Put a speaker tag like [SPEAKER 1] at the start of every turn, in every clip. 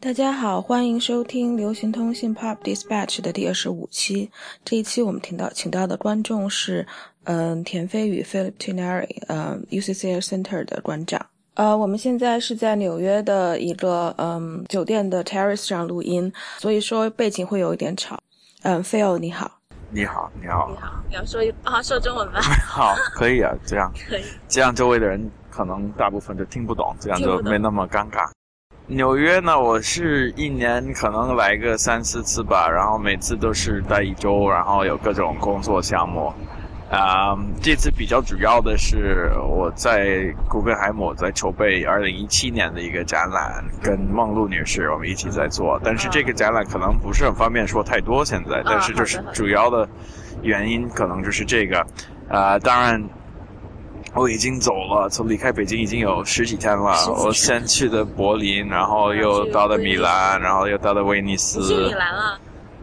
[SPEAKER 1] 大家好，欢迎收听《流行通信 Pop Dispatch》的第二十五期。这一期我们听到请到的观众是，嗯、田飞宇 Philip Tinari，呃，UCCL Center 的馆长。呃，我们现在是在纽约的一个嗯酒店的 terrace 上录音，所以说背景会有一点吵。嗯，菲欧你好，
[SPEAKER 2] 你好，你好，
[SPEAKER 3] 好，你要说一啊，说中 文吧，
[SPEAKER 2] 好，可以啊，这样
[SPEAKER 3] 可以。
[SPEAKER 2] 这样周围的人可能大部分就听不懂，这样
[SPEAKER 3] 听
[SPEAKER 2] 就
[SPEAKER 3] 不懂
[SPEAKER 2] 没那么尴尬。纽约呢，我是一年可能来个三四次吧，然后每次都是待一周，然后有各种工作项目。啊、这次比较主要的是我在古根海姆在筹备二零一七年的一个展览，跟梦露女士我们一起在做，但是这个展览可能不是很方便说太多现在，但是就是
[SPEAKER 3] 啊好的好的
[SPEAKER 2] 主要的原因可能就是这个，啊、当然我已经走了，从离开北京已经有十几天了
[SPEAKER 3] 十几。天
[SPEAKER 2] 我先去的柏林，然后又到了米兰，然后又到了威尼斯
[SPEAKER 3] 你。去米兰了，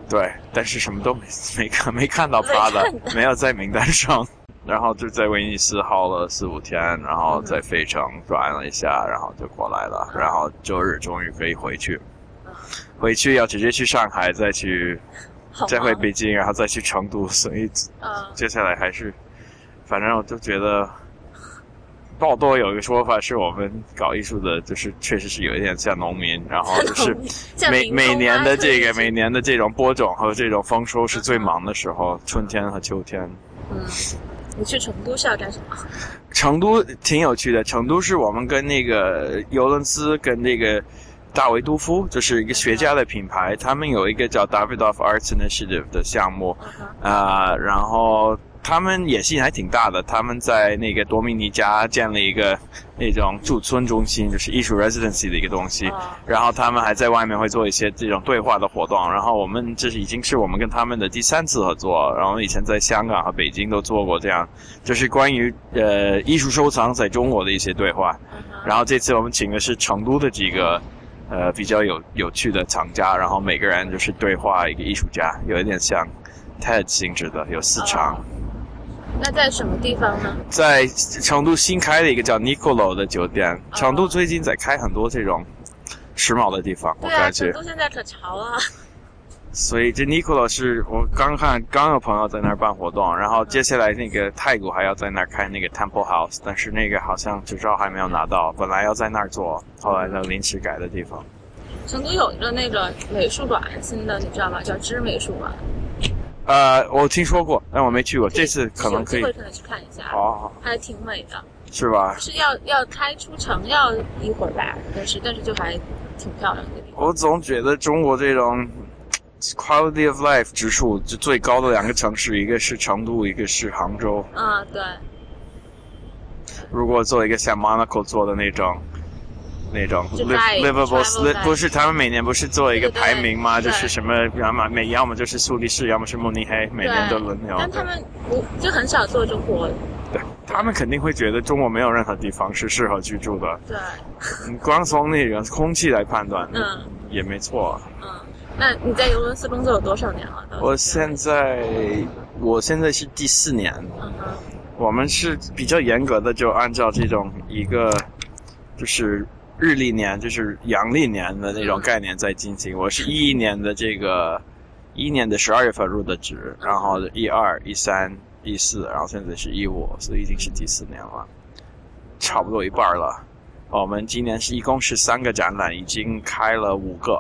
[SPEAKER 2] 对，但是什么都没没看没看到
[SPEAKER 3] 没看
[SPEAKER 2] Prada，没有在名单上。然后就在威尼斯耗了四五天，然后在费城转了一下，然后就过来了。然后周日终于可以回去
[SPEAKER 3] 嗯，
[SPEAKER 2] 回去要直接去上海，再去
[SPEAKER 3] 好
[SPEAKER 2] 再回
[SPEAKER 3] 吗
[SPEAKER 2] 北京，然后再去成都，所以
[SPEAKER 3] 嗯，
[SPEAKER 2] 接下来还是，反正我就觉得，报多有一个说法是我们搞艺术的，就是确实是有一点像农民，然后就是
[SPEAKER 3] 像
[SPEAKER 2] 每
[SPEAKER 3] 民工啊
[SPEAKER 2] 每年的这个
[SPEAKER 3] 特
[SPEAKER 2] 每
[SPEAKER 3] 别是
[SPEAKER 2] 年的这种播种和这种丰收是最忙的时候，春天和秋天。
[SPEAKER 3] 嗯，你去成都是要干什 么？
[SPEAKER 2] 成都挺有趣的，成都是我们跟那个尤伦斯跟那个大维都夫，就是一个学家的品牌，他们有一个叫 Davidoff Arts Initiative 的项目，
[SPEAKER 3] 嗯哼
[SPEAKER 2] 啊、然后他们野心还挺大的，他们在那个多米尼加建了一个那种驻村中心，就是艺术 residency 的一个东西。
[SPEAKER 3] 哦
[SPEAKER 2] 然后他们还在外面会做一些这种对话的活动。然后我们这是已经是我们跟他们的第三次合作，然后以前在香港和北京都做过这样，就是关于呃艺术收藏在中国的一些对话。
[SPEAKER 3] 嗯哼
[SPEAKER 2] 然后这次我们请的是成都的几个，呃，比较有有趣的藏家，然后每个人就是对话一个艺术家，有一点像 TED 性质的，有四
[SPEAKER 3] 啊
[SPEAKER 2] 场。
[SPEAKER 3] 那在什么地方呢？
[SPEAKER 2] 在成都新开了一个叫 Nicolo 的酒店，
[SPEAKER 3] 啊
[SPEAKER 2] 成都最近在开很多这种时髦的地方，我
[SPEAKER 3] 对啊，
[SPEAKER 2] 感
[SPEAKER 3] 成
[SPEAKER 2] 觉。
[SPEAKER 3] 都现在可潮了。
[SPEAKER 2] 所以这 Nicolo 是我刚看刚有朋友在那儿办活动，然后接下来那个泰国还要在那儿开那个 Temple House，但是那个好像执照还没有拿到，本来要在那儿做，后来呢临时改的地方。
[SPEAKER 3] 成都有一个那个美术馆，新的你知道吗？叫知美术馆，
[SPEAKER 2] 呃，我听说过，但我没去过。
[SPEAKER 3] 以
[SPEAKER 2] 这次可能可以
[SPEAKER 3] 有机会，可能去看一下，
[SPEAKER 2] 哦，
[SPEAKER 3] 还挺美的。
[SPEAKER 2] 是吧？
[SPEAKER 3] 是要要开出城要一会儿吧，但是但是就还挺漂亮的地方。
[SPEAKER 2] 我总觉得中国这种 quality of life 指数就最高的两个城市，一个是成都，一个是杭州。
[SPEAKER 3] 嗯，对，
[SPEAKER 2] 如果做一个像 Monaco 做的那种。那种
[SPEAKER 3] 就带
[SPEAKER 2] liv- livable
[SPEAKER 3] travel
[SPEAKER 2] sli-
[SPEAKER 3] guide
[SPEAKER 2] 不是他们每年不是做一个
[SPEAKER 3] 对对对
[SPEAKER 2] 排名吗？
[SPEAKER 3] 对
[SPEAKER 2] 就是什么，要么每要么就是苏黎世，要么是慕尼黑，每年都轮流。
[SPEAKER 3] 但他们不就很少做中国，
[SPEAKER 2] 对他们肯定会觉得中国没有任何地方是适合居住的。
[SPEAKER 3] 对，
[SPEAKER 2] 你光从那个空气来判断，
[SPEAKER 3] 嗯。
[SPEAKER 2] 也没错啊。
[SPEAKER 3] 嗯，那你在尤伦斯工作有多少年了？都
[SPEAKER 2] 我现在，我现在是第四年。
[SPEAKER 3] 嗯哼，
[SPEAKER 2] 我们是比较严格的，就按照这种一个，就是日历年，就是阳历年的那种概念在进行。我是一一年的这个，一一年的十二月份入的职，然后一二、一三、一四，然后现在是一五，所以已经是第四年了，差不多一半了。我们今年是一共是三个展览，已经开了五个，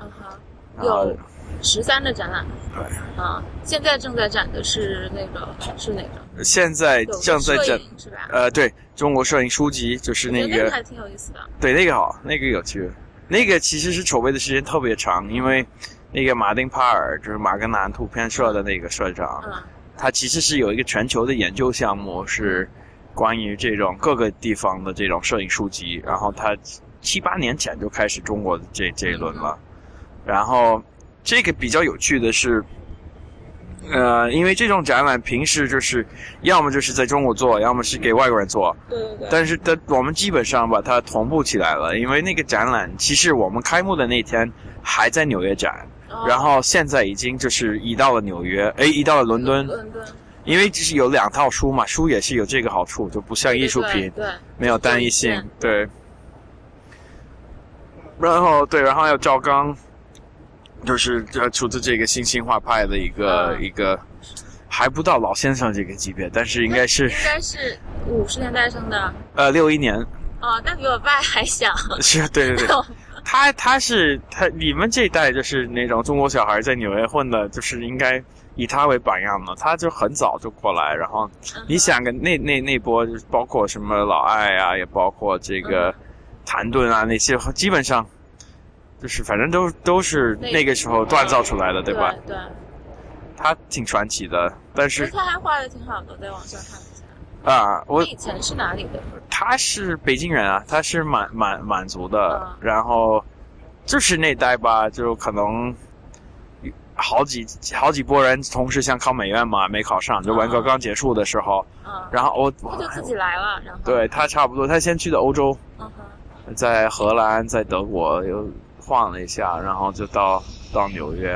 [SPEAKER 3] 嗯哼，
[SPEAKER 2] 然后
[SPEAKER 3] 有十三个展览。
[SPEAKER 2] 对。
[SPEAKER 3] 啊、现在正在展的是那个是哪个？
[SPEAKER 2] 现在
[SPEAKER 3] 有
[SPEAKER 2] 哎正在
[SPEAKER 3] 摄
[SPEAKER 2] 展。
[SPEAKER 3] 影是吧？
[SPEAKER 2] 呃，对中国摄影书籍，就是
[SPEAKER 3] 我觉得
[SPEAKER 2] 那
[SPEAKER 3] 那
[SPEAKER 2] 个
[SPEAKER 3] 个还挺有意思的。
[SPEAKER 2] 对那个好，那个有趣，那个其实是筹备的时间特别长，因为那个马丁帕尔就是马格南图片社的那个社长，
[SPEAKER 3] 嗯
[SPEAKER 2] 他其实是有一个全球的研究项目，是关于这种各个地方的这种摄影书籍，然后他七八年前就开始中国的这这一轮了，然后这个比较有趣的是。呃，因为这种展览平时就是，要么就是在中国做，要么是给外国人做。
[SPEAKER 3] 对对对。
[SPEAKER 2] 但是它我们基本上把它同步起来了，因为那个展览其实我们开幕的那天还在纽约展，
[SPEAKER 3] 哦
[SPEAKER 2] 然后现在已经就是移到了纽约，哎，移到了伦敦，
[SPEAKER 3] 伦敦
[SPEAKER 2] 因为就是有两套书嘛，书也是有这个好处，就不像艺术品
[SPEAKER 3] 对对对，
[SPEAKER 2] 没有单一性，对。然后对，然后还有赵刚，就是呃出自这个新兴画派的一个、
[SPEAKER 3] 嗯
[SPEAKER 2] 一个，还不到老先生这个级别，但是应该是
[SPEAKER 3] 应该是五十年代生的
[SPEAKER 2] 呃六一年，
[SPEAKER 3] 哦，那比我爸还小。
[SPEAKER 2] 是 对对对，他他是他你们这一代就是那种中国小孩在纽约混的，就是应该以他为榜样的，他就很早就过来，然后你想个那那那波，就是包括什么老艾啊，也包括这个谭盾啊那些，基本上就是反正都都是
[SPEAKER 3] 那
[SPEAKER 2] 那个时候锻造出来的，
[SPEAKER 3] 对
[SPEAKER 2] 对吧？？
[SPEAKER 3] 对，
[SPEAKER 2] 他挺传奇的，但
[SPEAKER 3] 其实
[SPEAKER 2] 是
[SPEAKER 3] 他还画的挺好的，在网上看一下。
[SPEAKER 2] 啊、
[SPEAKER 3] 他
[SPEAKER 2] 我
[SPEAKER 3] 以前是哪里的？
[SPEAKER 2] 他是北京人啊，他是满满满族的，
[SPEAKER 3] 嗯
[SPEAKER 2] 然后就是那代吧，就可能好几好几波人同时想考美院嘛，没考上，就文革
[SPEAKER 3] 嗯
[SPEAKER 2] 刚结束的时候，
[SPEAKER 3] 嗯，
[SPEAKER 2] 然后
[SPEAKER 3] 他
[SPEAKER 2] 我
[SPEAKER 3] 就自己来了，然后
[SPEAKER 2] 对，他差不多，他先去的欧洲，
[SPEAKER 3] 嗯哼，
[SPEAKER 2] 在荷兰，在德国又晃了一下，然后就到到纽约，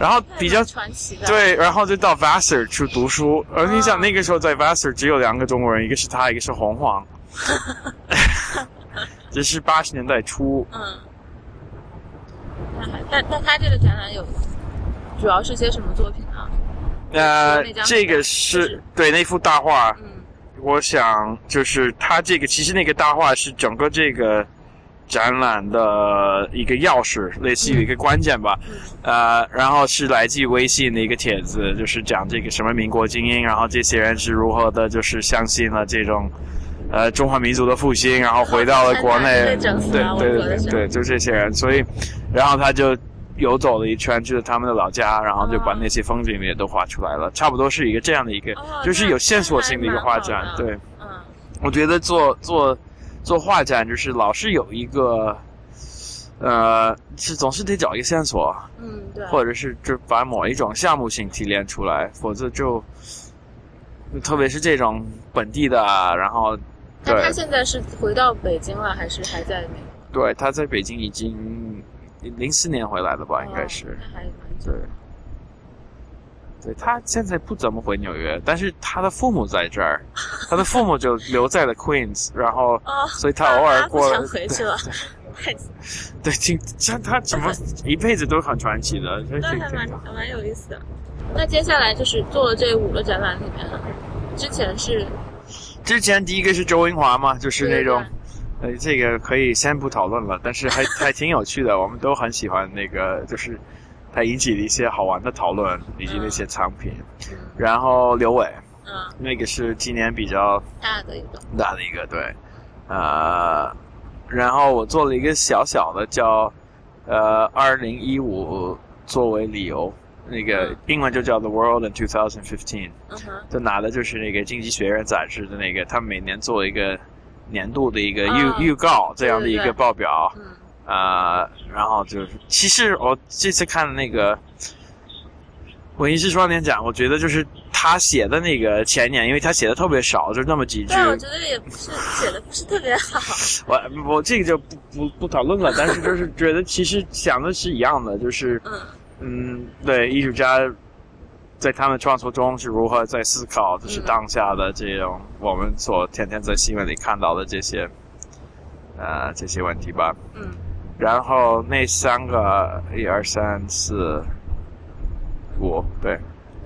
[SPEAKER 2] 然后
[SPEAKER 3] 那还
[SPEAKER 2] 比较
[SPEAKER 3] 蛮传奇的。
[SPEAKER 2] 对，然后就到 Vassar 去读书。而你想，
[SPEAKER 3] 啊
[SPEAKER 2] 那个时候在 Vassar 只有两个中国人，一个是他，一个是洪 晃。这是八十年代初，
[SPEAKER 3] 嗯，那还但但他这个展览有主要是些什么作品啊？
[SPEAKER 2] 呃
[SPEAKER 3] 那张，
[SPEAKER 2] 这个
[SPEAKER 3] 就是是
[SPEAKER 2] 对那幅大画，
[SPEAKER 3] 嗯
[SPEAKER 2] 我想就是他这个，其实那个大画是整个这个展览的一个钥匙，类似于一个关键吧。
[SPEAKER 3] 嗯
[SPEAKER 2] 呃，然后是来自于微信的一个帖子，就是讲这个什么民国精英，然后这些人是如何的，就是相信了这种，呃，中华民族的复兴，然后回到了国内，
[SPEAKER 3] 被整死
[SPEAKER 2] 对
[SPEAKER 3] 了
[SPEAKER 2] 对
[SPEAKER 3] 啊我觉
[SPEAKER 2] 对
[SPEAKER 3] 得
[SPEAKER 2] 对
[SPEAKER 3] 是
[SPEAKER 2] 对，就这些人，所以，然后他就游走了一圈，去了他们的老家，然后就把
[SPEAKER 3] 哦
[SPEAKER 2] 那些风景也都画出来了，差不多是一个这样的一个，
[SPEAKER 3] 啊哦
[SPEAKER 2] 就是
[SPEAKER 3] 那
[SPEAKER 2] 有线索性的一个画
[SPEAKER 3] 那还
[SPEAKER 2] 展
[SPEAKER 3] 蛮，好的
[SPEAKER 2] 对。
[SPEAKER 3] 嗯
[SPEAKER 2] 我觉得做做做画展就是老是有一个，呃，是总是得找一个线索，
[SPEAKER 3] 嗯，对，
[SPEAKER 2] 或者是就把某一种项目性提炼出来，否则就，特别是这种本地的啊，然后
[SPEAKER 3] 那他
[SPEAKER 2] 对
[SPEAKER 3] 现在是回到北京了，还是还在美国？
[SPEAKER 2] 对，他在北京已经零四年回来的啊吧，应该
[SPEAKER 3] 哦
[SPEAKER 2] 是
[SPEAKER 3] 那还蛮久
[SPEAKER 2] 对。对他现在不怎么回纽约，但是他的父母在这儿，他的父母就留在了 Queens，然后
[SPEAKER 3] 哦，
[SPEAKER 2] 所以他偶尔
[SPEAKER 3] 爸妈
[SPEAKER 2] 过
[SPEAKER 3] 不
[SPEAKER 2] 来
[SPEAKER 3] 想回去了， 太
[SPEAKER 2] 对，挺像他 怎么一辈子都很传奇的，就
[SPEAKER 3] 那
[SPEAKER 2] 挺
[SPEAKER 3] 还
[SPEAKER 2] 挺
[SPEAKER 3] 蛮蛮有意思的。那接下来就是做了这五个展览里面，之前是
[SPEAKER 2] 之前第一个是周英华嘛，就是那种
[SPEAKER 3] 对，
[SPEAKER 2] 呃，这个可以先不讨论了，但是还还挺有趣的，我们都很喜欢那个，就是它引起了一些好玩的讨论以及那些藏品。
[SPEAKER 3] 嗯
[SPEAKER 2] 然后刘伟
[SPEAKER 3] 嗯
[SPEAKER 2] 那个是今年比较
[SPEAKER 3] 大的一个，
[SPEAKER 2] 大的一个，对，呃，然后我做了一个小小的叫，呃，二零一五作为理由，那个英文就叫 The World in 2015。
[SPEAKER 3] 嗯哼，
[SPEAKER 2] 就拿的就是那个经济学人杂志的那个，他们每年做一个年度的一个预、
[SPEAKER 3] 啊
[SPEAKER 2] 预告这样的
[SPEAKER 3] 对
[SPEAKER 2] 一个
[SPEAKER 3] 对对
[SPEAKER 2] 报表，
[SPEAKER 3] 嗯
[SPEAKER 2] 呃，然后就是，其实我这次看那个文艺之双年奖，我觉得就是他写的那个前年，因为他写的特别少，就那么几句，
[SPEAKER 3] 但我觉得也不是写的不是特别好，
[SPEAKER 2] 我我这个就不不不讨论了，但是就是觉得其实想的是一样的，就是
[SPEAKER 3] 嗯
[SPEAKER 2] 嗯，对，艺术家在他们创作中是如何在思考，就是
[SPEAKER 3] 嗯
[SPEAKER 2] 当下的这种我们所天天在新闻里看到的这些，呃，这些问题吧。
[SPEAKER 3] 嗯
[SPEAKER 2] 然后那三个，一二三四五，对，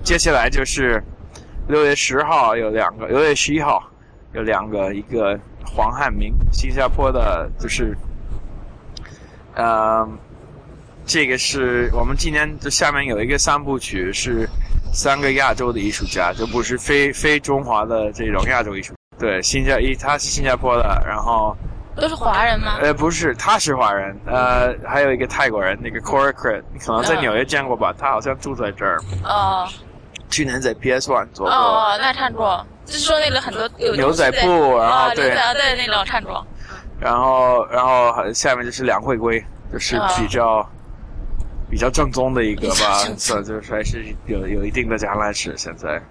[SPEAKER 2] 接下来就是六月十号有两个，六月十一号有两个，一个黄汉明，新加坡的，就是，呃，这个是我们今年的下面有一个三部曲，是三个亚洲的艺术家，就不是非非中华的这种亚洲艺术。对，新加一他是新加坡的，然后
[SPEAKER 4] 都是华 人吗？
[SPEAKER 2] 呃，不是，他是华人，呃，还有一个泰国人，那个 c o r c r e 你可能在纽约见过吧？他好像住在这儿，
[SPEAKER 4] 哦
[SPEAKER 2] 去年在 PS One 做过、
[SPEAKER 4] 哦，那看过，就是说那个很多有
[SPEAKER 2] 牛仔
[SPEAKER 4] 东西
[SPEAKER 2] 布，
[SPEAKER 4] 在
[SPEAKER 2] 然
[SPEAKER 4] 啊，
[SPEAKER 2] 后
[SPEAKER 4] 牛
[SPEAKER 2] 对，
[SPEAKER 4] 仔对那种看过，
[SPEAKER 2] 然后然后还下面就是梁慧归，就是
[SPEAKER 4] 啊
[SPEAKER 2] 比较、比较正宗的一个
[SPEAKER 4] 比较
[SPEAKER 2] 吧
[SPEAKER 4] 正，
[SPEAKER 2] 这
[SPEAKER 4] 宗
[SPEAKER 2] 就是还是有有一定的展览史现在。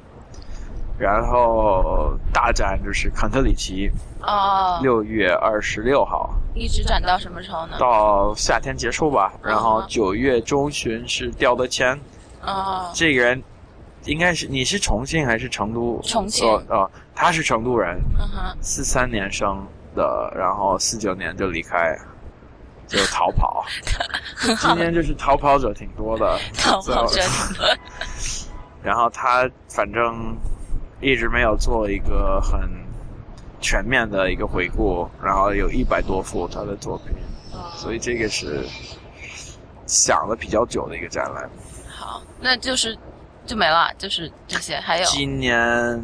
[SPEAKER 2] 然后大展就是坎特里奇，
[SPEAKER 4] 哦，
[SPEAKER 2] 六月二十六号。
[SPEAKER 4] 一直展到什么时候呢？哦
[SPEAKER 2] 到夏天结束吧，然后
[SPEAKER 4] 嗯
[SPEAKER 2] 九月中旬是吊德谦，
[SPEAKER 4] 哦，
[SPEAKER 2] 这个人应该是你是重庆还是成都？
[SPEAKER 4] 重庆
[SPEAKER 2] 哦哦，他是成都人，
[SPEAKER 4] 嗯哼，
[SPEAKER 2] 四三年生的，然后四九年就离开，就逃跑。今天就是逃跑者挺多的，
[SPEAKER 4] 逃跑者
[SPEAKER 2] 所以
[SPEAKER 4] 挺多。
[SPEAKER 2] 然后他反正一直没有做一个很全面的一个回顾，然后有一百多幅他的作品，所以这个是想了比较久的一个展览。
[SPEAKER 4] 好，那就是就没了，就是这些，还有
[SPEAKER 2] 今年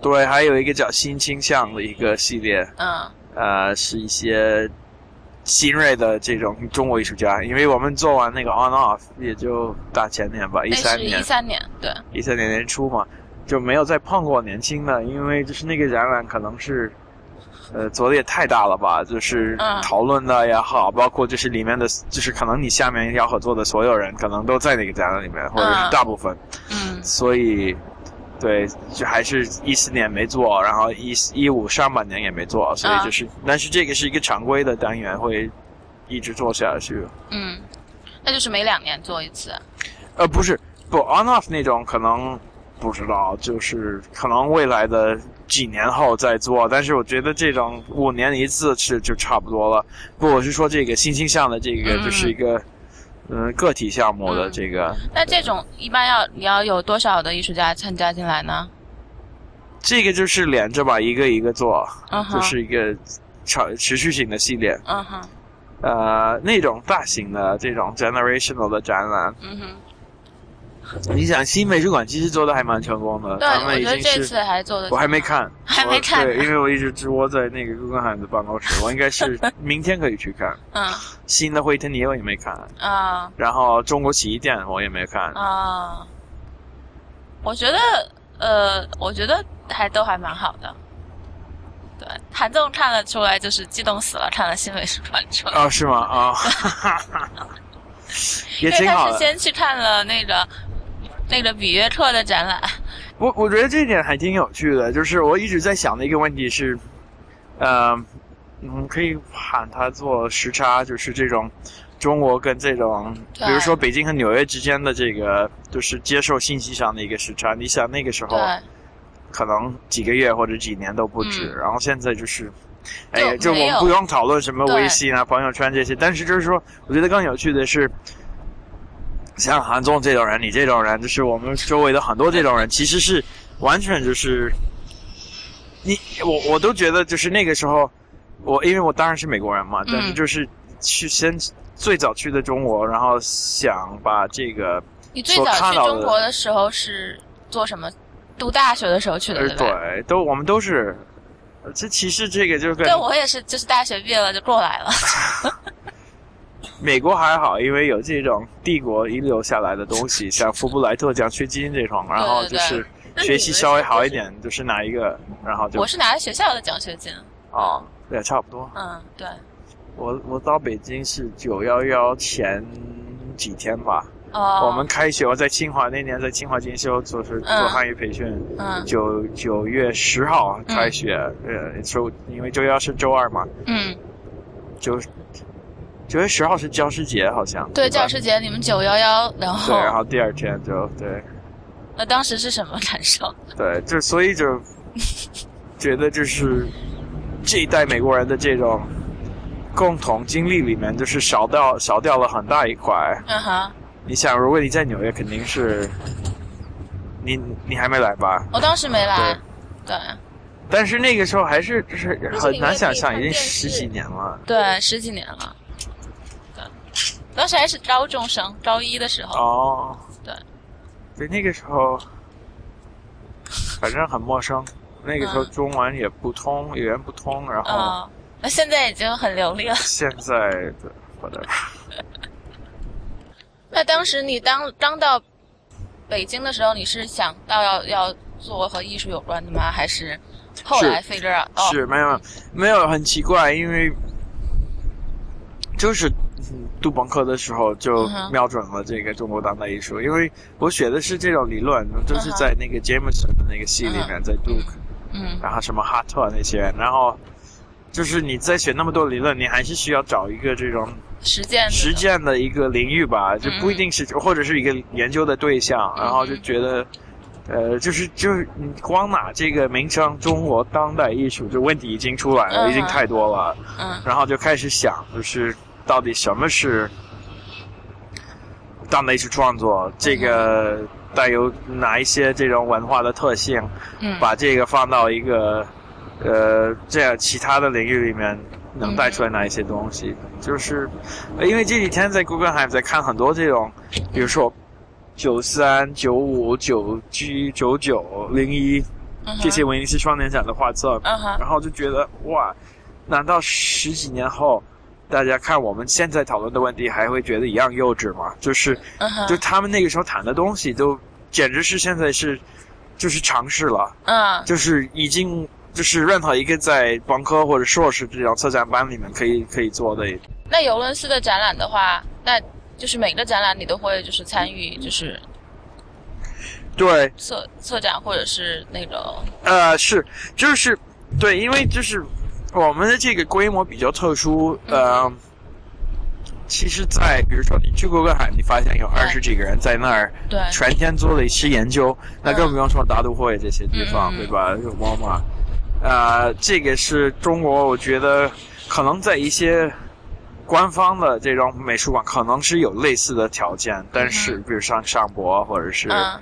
[SPEAKER 2] 对，还有一个叫新倾向的一个系列，
[SPEAKER 4] 嗯
[SPEAKER 2] 呃，是一些新锐的这种中国艺术家，因为我们做完那个 On Off 也就大前年吧，一
[SPEAKER 4] 那
[SPEAKER 2] 三
[SPEAKER 4] 是
[SPEAKER 2] 年
[SPEAKER 4] 一，三年，对，
[SPEAKER 2] 一三年年初嘛，就没有再碰过年轻的，因为就是那个展览可能是，呃，做的也太大了吧，就是
[SPEAKER 4] 嗯
[SPEAKER 2] 讨论的也好，包括就是里面的，就是可能你下面要合作的所有人，可能都在那个展览里面，或者是
[SPEAKER 4] 嗯
[SPEAKER 2] 大部分，
[SPEAKER 4] 嗯
[SPEAKER 2] 所以。对，就还是一四年没做，然后一一五上半年也没做，所以
[SPEAKER 4] 嗯
[SPEAKER 2] 就是，但是这个是一个常规的单元，会一直做下去。
[SPEAKER 4] 嗯，那就是每两年做一次，
[SPEAKER 2] 呃，不是，不 on off 那种可能不知道，就是可能未来的几年后再做，但是我觉得这种五年一次是就差不多了。不，我是说这个新倾向的这个
[SPEAKER 4] 嗯
[SPEAKER 2] 就是一个，嗯、个体项目的这个、
[SPEAKER 4] 那这种一般要你要有多少的艺术家参加进来呢？
[SPEAKER 2] 这个就是连着吧，一个一个做，
[SPEAKER 4] 嗯哼，
[SPEAKER 2] 就是一个长持续性的系列。
[SPEAKER 4] 嗯哼，
[SPEAKER 2] 呃，那种大型的这种 generational 的展览，
[SPEAKER 4] 嗯哼，
[SPEAKER 2] 你想新美术馆其实做的还蛮成功的，
[SPEAKER 4] 对，
[SPEAKER 2] 他
[SPEAKER 4] 我
[SPEAKER 2] 们已
[SPEAKER 4] 觉得
[SPEAKER 2] 经
[SPEAKER 4] 这
[SPEAKER 2] 是。
[SPEAKER 4] 次还做的，
[SPEAKER 2] 我还没，看，
[SPEAKER 4] 还没看
[SPEAKER 2] 我
[SPEAKER 4] 呢
[SPEAKER 2] 对，因为我一直直窝在那个顾根海的办公室，我应该 是明天可以去看。
[SPEAKER 4] 嗯
[SPEAKER 2] 新的惠特尼我也没看，
[SPEAKER 4] 啊
[SPEAKER 2] 然后中国洗衣店我也没看。
[SPEAKER 4] 啊，我觉得呃，我觉得还都还蛮好的。对，韩总看了出来，就是激动死了，看了新美术馆出来。
[SPEAKER 2] 哦，是吗？啊、 也
[SPEAKER 4] 因为
[SPEAKER 2] 挺
[SPEAKER 4] 他
[SPEAKER 2] 好
[SPEAKER 4] 是
[SPEAKER 2] 的。
[SPEAKER 4] 先去看了那个那个比约克的展览，
[SPEAKER 2] 我我觉得这一点还挺有趣的，就是我一直在想的一个问题是，呃，嗯，可以喊它做时差，就是这种中国跟这种，比
[SPEAKER 4] 对
[SPEAKER 2] 如说北京和纽约之间的这个，就是接受信息上的一个时差。你想那个时候，
[SPEAKER 4] 对，
[SPEAKER 2] 可能几个月或者几年都不止。
[SPEAKER 4] 嗯
[SPEAKER 2] 然后现在就是，哎呀，
[SPEAKER 4] 就
[SPEAKER 2] 就
[SPEAKER 4] 没
[SPEAKER 2] 我们
[SPEAKER 4] 有
[SPEAKER 2] 不用讨论什么
[SPEAKER 4] 对
[SPEAKER 2] 微信啊、朋友圈这些，但是就是说，我觉得更有趣的是。像韩总这种人，你这种人，就是我们周围的很多这种人，其实是完全就是你我我都觉得就是那个时候，我因为我当然是美国人嘛，
[SPEAKER 4] 嗯
[SPEAKER 2] 但是就是去先最早去的中国，然后想把这个
[SPEAKER 4] 你最
[SPEAKER 2] 所
[SPEAKER 4] 早
[SPEAKER 2] 看
[SPEAKER 4] 去
[SPEAKER 2] 到
[SPEAKER 4] 中
[SPEAKER 2] 的
[SPEAKER 4] 国的时候是做什么？读大学的时候去的，
[SPEAKER 2] 呃
[SPEAKER 4] 对吧？
[SPEAKER 2] 对都我们都是，呃这其实这个就跟
[SPEAKER 4] 对，我也是，就是大学毕业了就过来了。
[SPEAKER 2] 美国还好，因为有这种帝国遗留下来的东西，像福布莱特奖学金这种，然后就是
[SPEAKER 3] 对
[SPEAKER 2] 学习稍微好一点，就是拿一个，然后就
[SPEAKER 4] 我是拿学校的奖学金，
[SPEAKER 2] 啊，对，差不多。
[SPEAKER 4] 嗯，对，
[SPEAKER 2] 我我到北京是九幺幺前几天吧，
[SPEAKER 4] 哦，
[SPEAKER 2] 我们开学，我在清华那年在清华进修，就是
[SPEAKER 4] 嗯
[SPEAKER 2] 做汉语培训，
[SPEAKER 4] 嗯
[SPEAKER 2] 九九月十号开学，呃，周因为周幺是周二嘛，
[SPEAKER 4] 嗯，
[SPEAKER 2] 九九月十号是教师节好像，
[SPEAKER 4] 对，
[SPEAKER 2] 吧
[SPEAKER 4] 教师节你们九幺幺，
[SPEAKER 2] 对，
[SPEAKER 4] 然后
[SPEAKER 2] 然后第二天就对。
[SPEAKER 4] 那当时是什么感受？
[SPEAKER 2] 对，就所以 就觉得就是这一代美国人的这种共同经历里面，就是少掉少掉了很大一块。
[SPEAKER 4] 嗯哼，
[SPEAKER 2] 你想，如果你在纽约，肯定是你你还没来吧？
[SPEAKER 4] 我当时没来，对
[SPEAKER 2] 但是那个时候还是就是
[SPEAKER 3] 而且
[SPEAKER 2] 很
[SPEAKER 3] 你
[SPEAKER 2] 难
[SPEAKER 3] 也
[SPEAKER 2] 想
[SPEAKER 3] 可以
[SPEAKER 2] 象，
[SPEAKER 3] 看
[SPEAKER 2] 已经
[SPEAKER 3] 电
[SPEAKER 2] 十
[SPEAKER 3] 视
[SPEAKER 2] 几年了。
[SPEAKER 4] 对，十几年了，对，当时还是高中生，高一的时候，
[SPEAKER 2] 哦，
[SPEAKER 4] 对，
[SPEAKER 2] 对，那个时 候反正很陌生。那个时候
[SPEAKER 4] 嗯
[SPEAKER 2] 中文也不通，语言不通，然后、
[SPEAKER 4] 嗯，那现在已经很流利了。
[SPEAKER 2] 现在的我的
[SPEAKER 4] 那当时你当刚到北京的时候，你是想到要要做和艺术有关的吗？还是后来 figure out？哦，
[SPEAKER 2] 是没有没有很奇怪，因为就是嗯读本科的时候就
[SPEAKER 4] 嗯哼
[SPEAKER 2] 瞄准了这个中国当代艺术，因为我学的是这种理论，就是
[SPEAKER 4] 嗯哼
[SPEAKER 2] 在那个 Jameson 的那个系里面在读，
[SPEAKER 4] 嗯
[SPEAKER 2] 然后什么哈特那些，然后就是你在学那么多理论，你还是需要找一个这种
[SPEAKER 4] 实践的
[SPEAKER 2] 实践的一个领域吧，就不一
[SPEAKER 4] 嗯
[SPEAKER 2] 定是或者是一个研究的对象，然后就觉得，呃，就是就是你光拿这个名称“中国当代艺术”，这问题已经出来了，
[SPEAKER 4] 嗯
[SPEAKER 2] 已经太多了，
[SPEAKER 4] 嗯
[SPEAKER 2] 然后就开始想，就是到底什么是当代艺术创作，这个带有哪一些这种文化的特性，
[SPEAKER 4] 嗯
[SPEAKER 2] 把这个放到一个呃这样其他的领域里面。能带出来哪一些东西？就是，呃因为这几天在 Guggenheim 在看很多这种，比如说九三、九五、九 G、九九、零一
[SPEAKER 4] 嗯哼
[SPEAKER 2] 这些威尼斯双年展的画册，
[SPEAKER 4] 嗯哼，
[SPEAKER 2] 然后就觉得哇，难道十几年后，大家看我们现在讨论的问题还会觉得一样幼稚吗？就是，
[SPEAKER 4] 嗯哼，
[SPEAKER 2] 就他们那个时候谈的东西都简直是现在是，就是尝试了，
[SPEAKER 4] 嗯
[SPEAKER 2] 就是已经就是任何一个在本科或者硕士这种策展班里面可以可以做的，
[SPEAKER 4] 那尤伦斯的展览的话，那就是每个展览你都会就是参与，就是
[SPEAKER 2] 对，
[SPEAKER 4] 策策展或者是那种，
[SPEAKER 2] 呃，是，就是，对，因为就是我们的这个规模比较特殊，呃，其实在，比如说你去过个海，你发现有二十几个人在那儿
[SPEAKER 4] 对，
[SPEAKER 2] 全天做了一些研究，那更不用说大都会这些地方，
[SPEAKER 4] 嗯嗯嗯嗯
[SPEAKER 2] 对吧？有 m o 呃，这个是中国，我觉得可能在一些官方的这种美术馆可能是有类似的条件，但是比如像上博或者是。
[SPEAKER 4] 嗯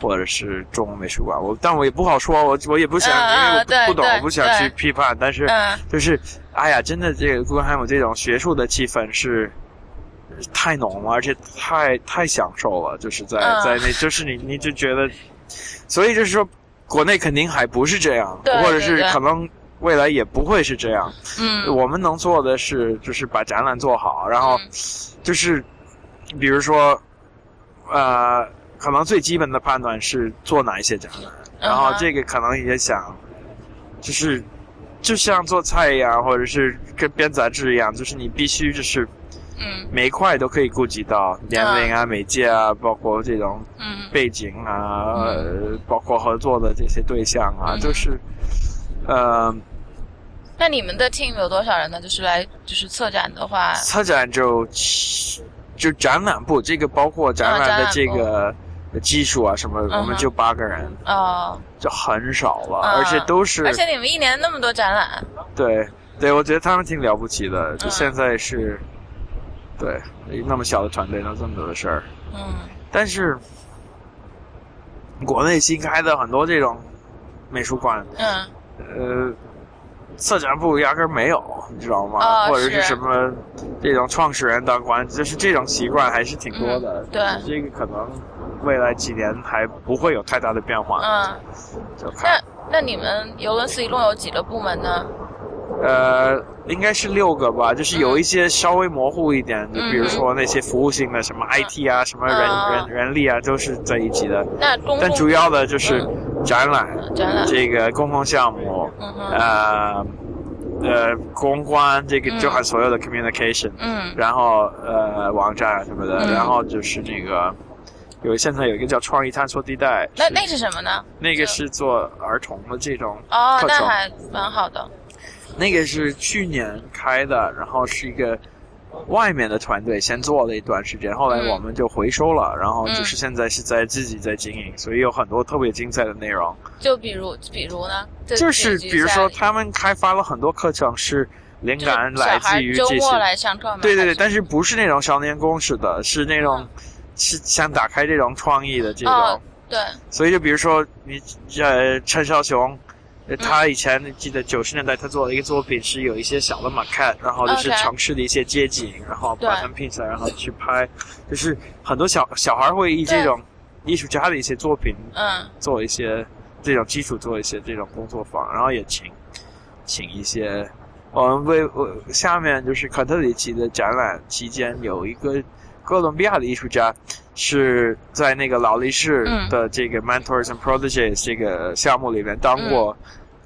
[SPEAKER 2] 或者是中国美术馆，我但我也不好说，我我也不想，
[SPEAKER 4] 嗯嗯
[SPEAKER 2] 因为我
[SPEAKER 4] 对
[SPEAKER 2] 不不懂，
[SPEAKER 4] 对
[SPEAKER 2] 我不想去
[SPEAKER 4] 对
[SPEAKER 2] 批判，但是
[SPEAKER 4] 嗯
[SPEAKER 2] 就是，哎呀，真的这个古根海姆这种学术的气氛是太浓了，而且太太享受了，就是在、
[SPEAKER 4] 嗯
[SPEAKER 2] 在那，就是你你就觉得，所以就是说，国内肯定还不是这样，
[SPEAKER 4] 对
[SPEAKER 2] 或者是
[SPEAKER 4] 对对
[SPEAKER 2] 可能未来也不会是这样。
[SPEAKER 4] 嗯
[SPEAKER 2] 我们哦能做的是，就是把展览做好，然后
[SPEAKER 4] 嗯
[SPEAKER 2] 就是，比如说，呃，可能最基本的判断是做哪一些展览，然后
[SPEAKER 4] 嗯哼
[SPEAKER 2] 这个可能也想，就是就像做菜一样，或者是跟编杂志一样，就是你必须就是
[SPEAKER 4] 嗯
[SPEAKER 2] 每一块都可以顾及到年龄啊、媒介啊，包括这种
[SPEAKER 4] 嗯
[SPEAKER 2] 背景啊，
[SPEAKER 4] 嗯
[SPEAKER 2] 呃包括合作的这些对象啊，
[SPEAKER 4] 嗯
[SPEAKER 2] 就是，呃，
[SPEAKER 4] 那你们的 team 有多少人呢？就是来就是策展的话，
[SPEAKER 2] 策展就就展览部，这个包括展览的
[SPEAKER 4] 啊
[SPEAKER 2] 这个技术啊什么，
[SPEAKER 4] 嗯哼
[SPEAKER 2] 我们就八个人，
[SPEAKER 4] 哦，
[SPEAKER 2] 就很少了，
[SPEAKER 4] 嗯
[SPEAKER 2] 而且都是
[SPEAKER 4] 而且你们一年那么多展览，
[SPEAKER 2] 对对，我觉得他们挺了不起
[SPEAKER 4] 嗯
[SPEAKER 2] 的，就现在是，对，那么小的团队弄这么多的事儿，
[SPEAKER 4] 嗯
[SPEAKER 2] 但是国内新开的很多这种美术馆，
[SPEAKER 4] 嗯
[SPEAKER 2] 呃，策展部压根儿没有，你知道吗？
[SPEAKER 4] 哦
[SPEAKER 2] 或者是
[SPEAKER 4] 是
[SPEAKER 2] 什么这种创始人当官，就是这种习惯还是挺多的。
[SPEAKER 4] 嗯
[SPEAKER 2] 这个可能未来几年还不会有太大的变化，
[SPEAKER 4] 嗯，
[SPEAKER 2] 就看
[SPEAKER 4] 那那你们尤伦斯一共有几个部门呢？
[SPEAKER 2] 呃，应该是六个吧，就是有一些稍微模糊一点的，
[SPEAKER 4] 嗯
[SPEAKER 2] 比如说那些服务性的，什么 IT 啊，什么人、
[SPEAKER 4] 嗯
[SPEAKER 2] 人人力啊，都是在一起的。
[SPEAKER 4] 那公
[SPEAKER 2] 但
[SPEAKER 4] 共
[SPEAKER 2] 主要的就是
[SPEAKER 4] 嗯
[SPEAKER 2] 展览，
[SPEAKER 4] 展览，
[SPEAKER 2] 这个公共项目，
[SPEAKER 4] 嗯哼，
[SPEAKER 2] 呃呃公关这个
[SPEAKER 4] 嗯
[SPEAKER 2] 就和所有的 communication，、
[SPEAKER 4] 嗯
[SPEAKER 2] 然后呃网站什么的，
[SPEAKER 4] 嗯
[SPEAKER 2] 然后就是那个有现在有一个叫创意探索地带，
[SPEAKER 4] 那
[SPEAKER 2] 是
[SPEAKER 4] 那是什么呢？
[SPEAKER 2] 那个是做儿童的这种
[SPEAKER 4] 哦，
[SPEAKER 2] 课
[SPEAKER 4] 那
[SPEAKER 2] 程，
[SPEAKER 4] 还蛮好的，
[SPEAKER 2] 那个是去年开的，然后是一个。外面的团队先做了一段时间，后来
[SPEAKER 4] 嗯
[SPEAKER 2] 我们就回收了，然后就
[SPEAKER 4] 嗯
[SPEAKER 2] 是现在是在自己在经营，所以有很多特别精彩的内容。
[SPEAKER 4] 就比如比如呢，这
[SPEAKER 2] 就是
[SPEAKER 4] 这一
[SPEAKER 2] 比如说，
[SPEAKER 4] 下
[SPEAKER 2] 他们开发了很多课程，是灵
[SPEAKER 4] 就是
[SPEAKER 2] 感来
[SPEAKER 4] 小孩
[SPEAKER 2] 自于
[SPEAKER 4] 周
[SPEAKER 2] 这
[SPEAKER 4] 末
[SPEAKER 2] 些。
[SPEAKER 4] 来上课吗？
[SPEAKER 2] 对对对，
[SPEAKER 4] 还嗯
[SPEAKER 2] 但是不是那种少年宫式的，是那种、是想打开这种创意的这种。
[SPEAKER 4] 哦对，
[SPEAKER 2] 所以就比如说你呃陈少雄。呃
[SPEAKER 4] 嗯
[SPEAKER 2] 他以前记得九十年代，他做了一个作品是有一些小的 maquette，然后就是
[SPEAKER 4] OK
[SPEAKER 2] 城市的一些街景，然后把
[SPEAKER 4] 对
[SPEAKER 2] 它们拼起来，然后去拍，就是很多小小孩会以这
[SPEAKER 4] 对
[SPEAKER 2] 种艺术家的一些作品
[SPEAKER 4] 嗯
[SPEAKER 2] 做一些这种基础，做一些这种工作坊，然后也请请一些我们为我下面就是肯特里奇的展览期间有一个哥伦比亚的艺术家是在那个劳力士
[SPEAKER 4] 嗯
[SPEAKER 2] 的这个 Mentors and Proteges 这个项目里面当过。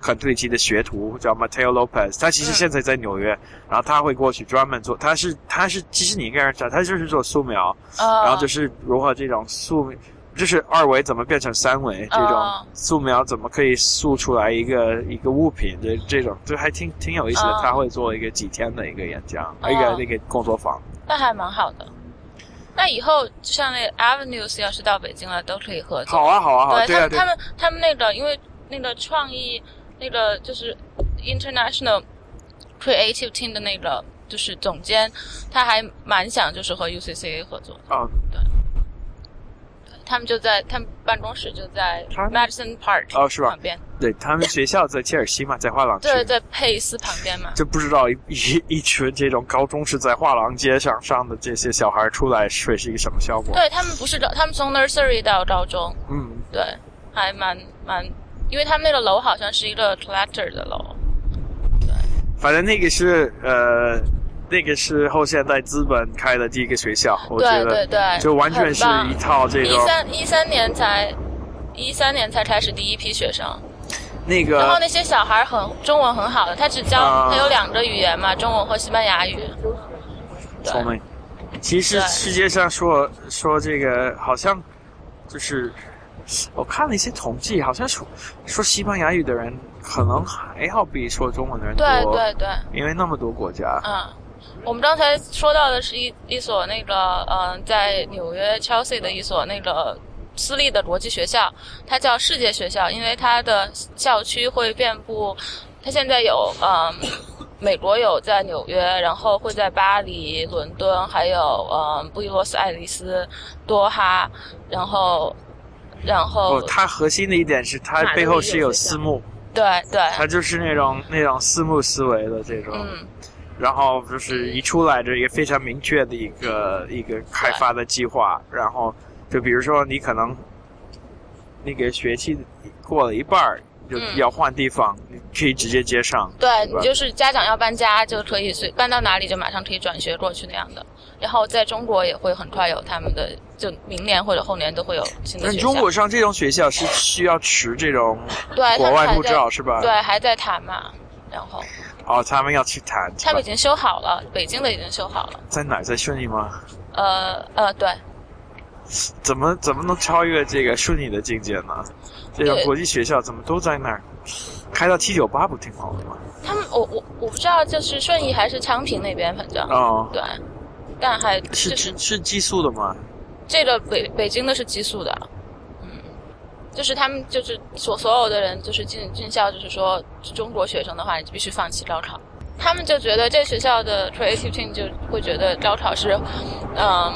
[SPEAKER 2] 肯特里奇的学徒叫 Mateo Lopez，他其实
[SPEAKER 4] 嗯
[SPEAKER 2] 现在在纽约，然后他会过去专门做，他是他是其实你应该认识他，他就是做素描，
[SPEAKER 4] 哦，
[SPEAKER 2] 然后就是如何这种素，就是二维怎么变成三维，这
[SPEAKER 4] 哦
[SPEAKER 2] 种素描怎么可以塑出来一个一个物品，这这种就还挺挺有意思的
[SPEAKER 4] 哦。
[SPEAKER 2] 他会做一个几天的一个演讲，
[SPEAKER 4] 嗯
[SPEAKER 2] 一个那个工作坊。
[SPEAKER 4] 那还蛮好的。那以后就像那个 Avenues 要是到北京了，都可以合作。
[SPEAKER 2] 好啊，好啊，好啊，对
[SPEAKER 4] 他
[SPEAKER 2] 啊，
[SPEAKER 4] 们
[SPEAKER 2] 对
[SPEAKER 4] 他。们他们那个，因为那个创意那个就是 International Creative Team 的那个就是总监，他还蛮想就是和 UCCA 合作的。
[SPEAKER 2] 哦，
[SPEAKER 4] 他们就在他们办公室就在
[SPEAKER 2] 他
[SPEAKER 4] Madison Park
[SPEAKER 2] 哦是吧
[SPEAKER 4] 旁边，
[SPEAKER 2] 对他们学校在切尔西嘛，在画廊区。
[SPEAKER 4] 对，在佩斯旁边嘛。
[SPEAKER 2] 就不知道一一一群这种高中是在画廊街上上的这些小孩出来会是一个什么效果？
[SPEAKER 4] 对他们不是高，他们从 nursery 到高中，
[SPEAKER 2] 嗯，
[SPEAKER 4] 对，还蛮蛮，因为他们那个楼好像是一个 collector 的楼，
[SPEAKER 2] 反正那个是呃，那个是后现代资本开的第一个学校，我觉
[SPEAKER 4] 对
[SPEAKER 2] 得
[SPEAKER 4] 对对，
[SPEAKER 2] 就完全是
[SPEAKER 4] 很棒
[SPEAKER 2] 一套这
[SPEAKER 4] 一
[SPEAKER 2] 种
[SPEAKER 4] 三一三年才一三年才开始第一批学生，
[SPEAKER 2] 那
[SPEAKER 4] 然后
[SPEAKER 2] 个
[SPEAKER 4] 那些小孩很中文很好的，他只教、
[SPEAKER 2] 啊
[SPEAKER 4] 他有两个语言嘛，中文和西班牙语。对
[SPEAKER 2] 聪明。其实
[SPEAKER 4] 对
[SPEAKER 2] 世界上说说这个好像就是。我看了一些统计，好像说说西班牙语的人可能还要比说中文的人多，
[SPEAKER 4] 对对对，
[SPEAKER 2] 因为那么多国家，
[SPEAKER 4] 嗯，我们刚才说到的是一一所那个嗯、呃在纽约 Chelsea 的一所那个私立的国际学校，它叫世界学校，因为它的校区会遍布，它现在有嗯、呃美国有在纽约，然后会在巴黎、伦敦，还有嗯、呃布宜诺斯艾利斯、多哈，然后然后、
[SPEAKER 2] 哦，它核心的一点是它背后是有私募，
[SPEAKER 4] 对对，
[SPEAKER 2] 它就是那种那种私募思维的这种，
[SPEAKER 4] 嗯。
[SPEAKER 2] 然后就是一出来这一个非常明确的一个一个开发的计划，然后就比如说你可能那个学期过了一半儿就
[SPEAKER 4] 嗯
[SPEAKER 2] 要换地方，你可以直接接上，
[SPEAKER 4] 对
[SPEAKER 2] 对吧
[SPEAKER 4] 你就是家长要搬家就可以随搬到哪里就马上可以转学过去那样的。然后在中国也会很快有他们的，就明年或者后年都会有新的
[SPEAKER 2] 但
[SPEAKER 4] 学校。
[SPEAKER 2] 中国上这种学校是需要持这种
[SPEAKER 4] 对
[SPEAKER 2] 国外护
[SPEAKER 4] 他们
[SPEAKER 2] 照是吧？
[SPEAKER 4] 还在，对还在谈嘛。然后
[SPEAKER 2] 哦，他们要去谈，是
[SPEAKER 4] 他
[SPEAKER 2] 吧
[SPEAKER 4] 们已经修好了，北京的已经修好了。
[SPEAKER 2] 在哪儿在顺义吗？
[SPEAKER 4] 呃呃，对
[SPEAKER 2] 怎么怎么能超越这个顺义的境界呢？这种
[SPEAKER 4] 对
[SPEAKER 2] 国际学校怎么都在那儿？开到七九八不挺好的吗？
[SPEAKER 4] 他们，我我我不知道，就是顺义还是昌平那边，反正、
[SPEAKER 2] 哦，
[SPEAKER 4] 对，但还就是是
[SPEAKER 2] 是是寄宿的吗？
[SPEAKER 4] 这个北北京的是寄宿的，嗯，就是他们就是所所有的人就是进进校，就是说中国学生的话，你必须放弃高考。他们就觉得这学校的 creative team 就会觉得高考是，嗯，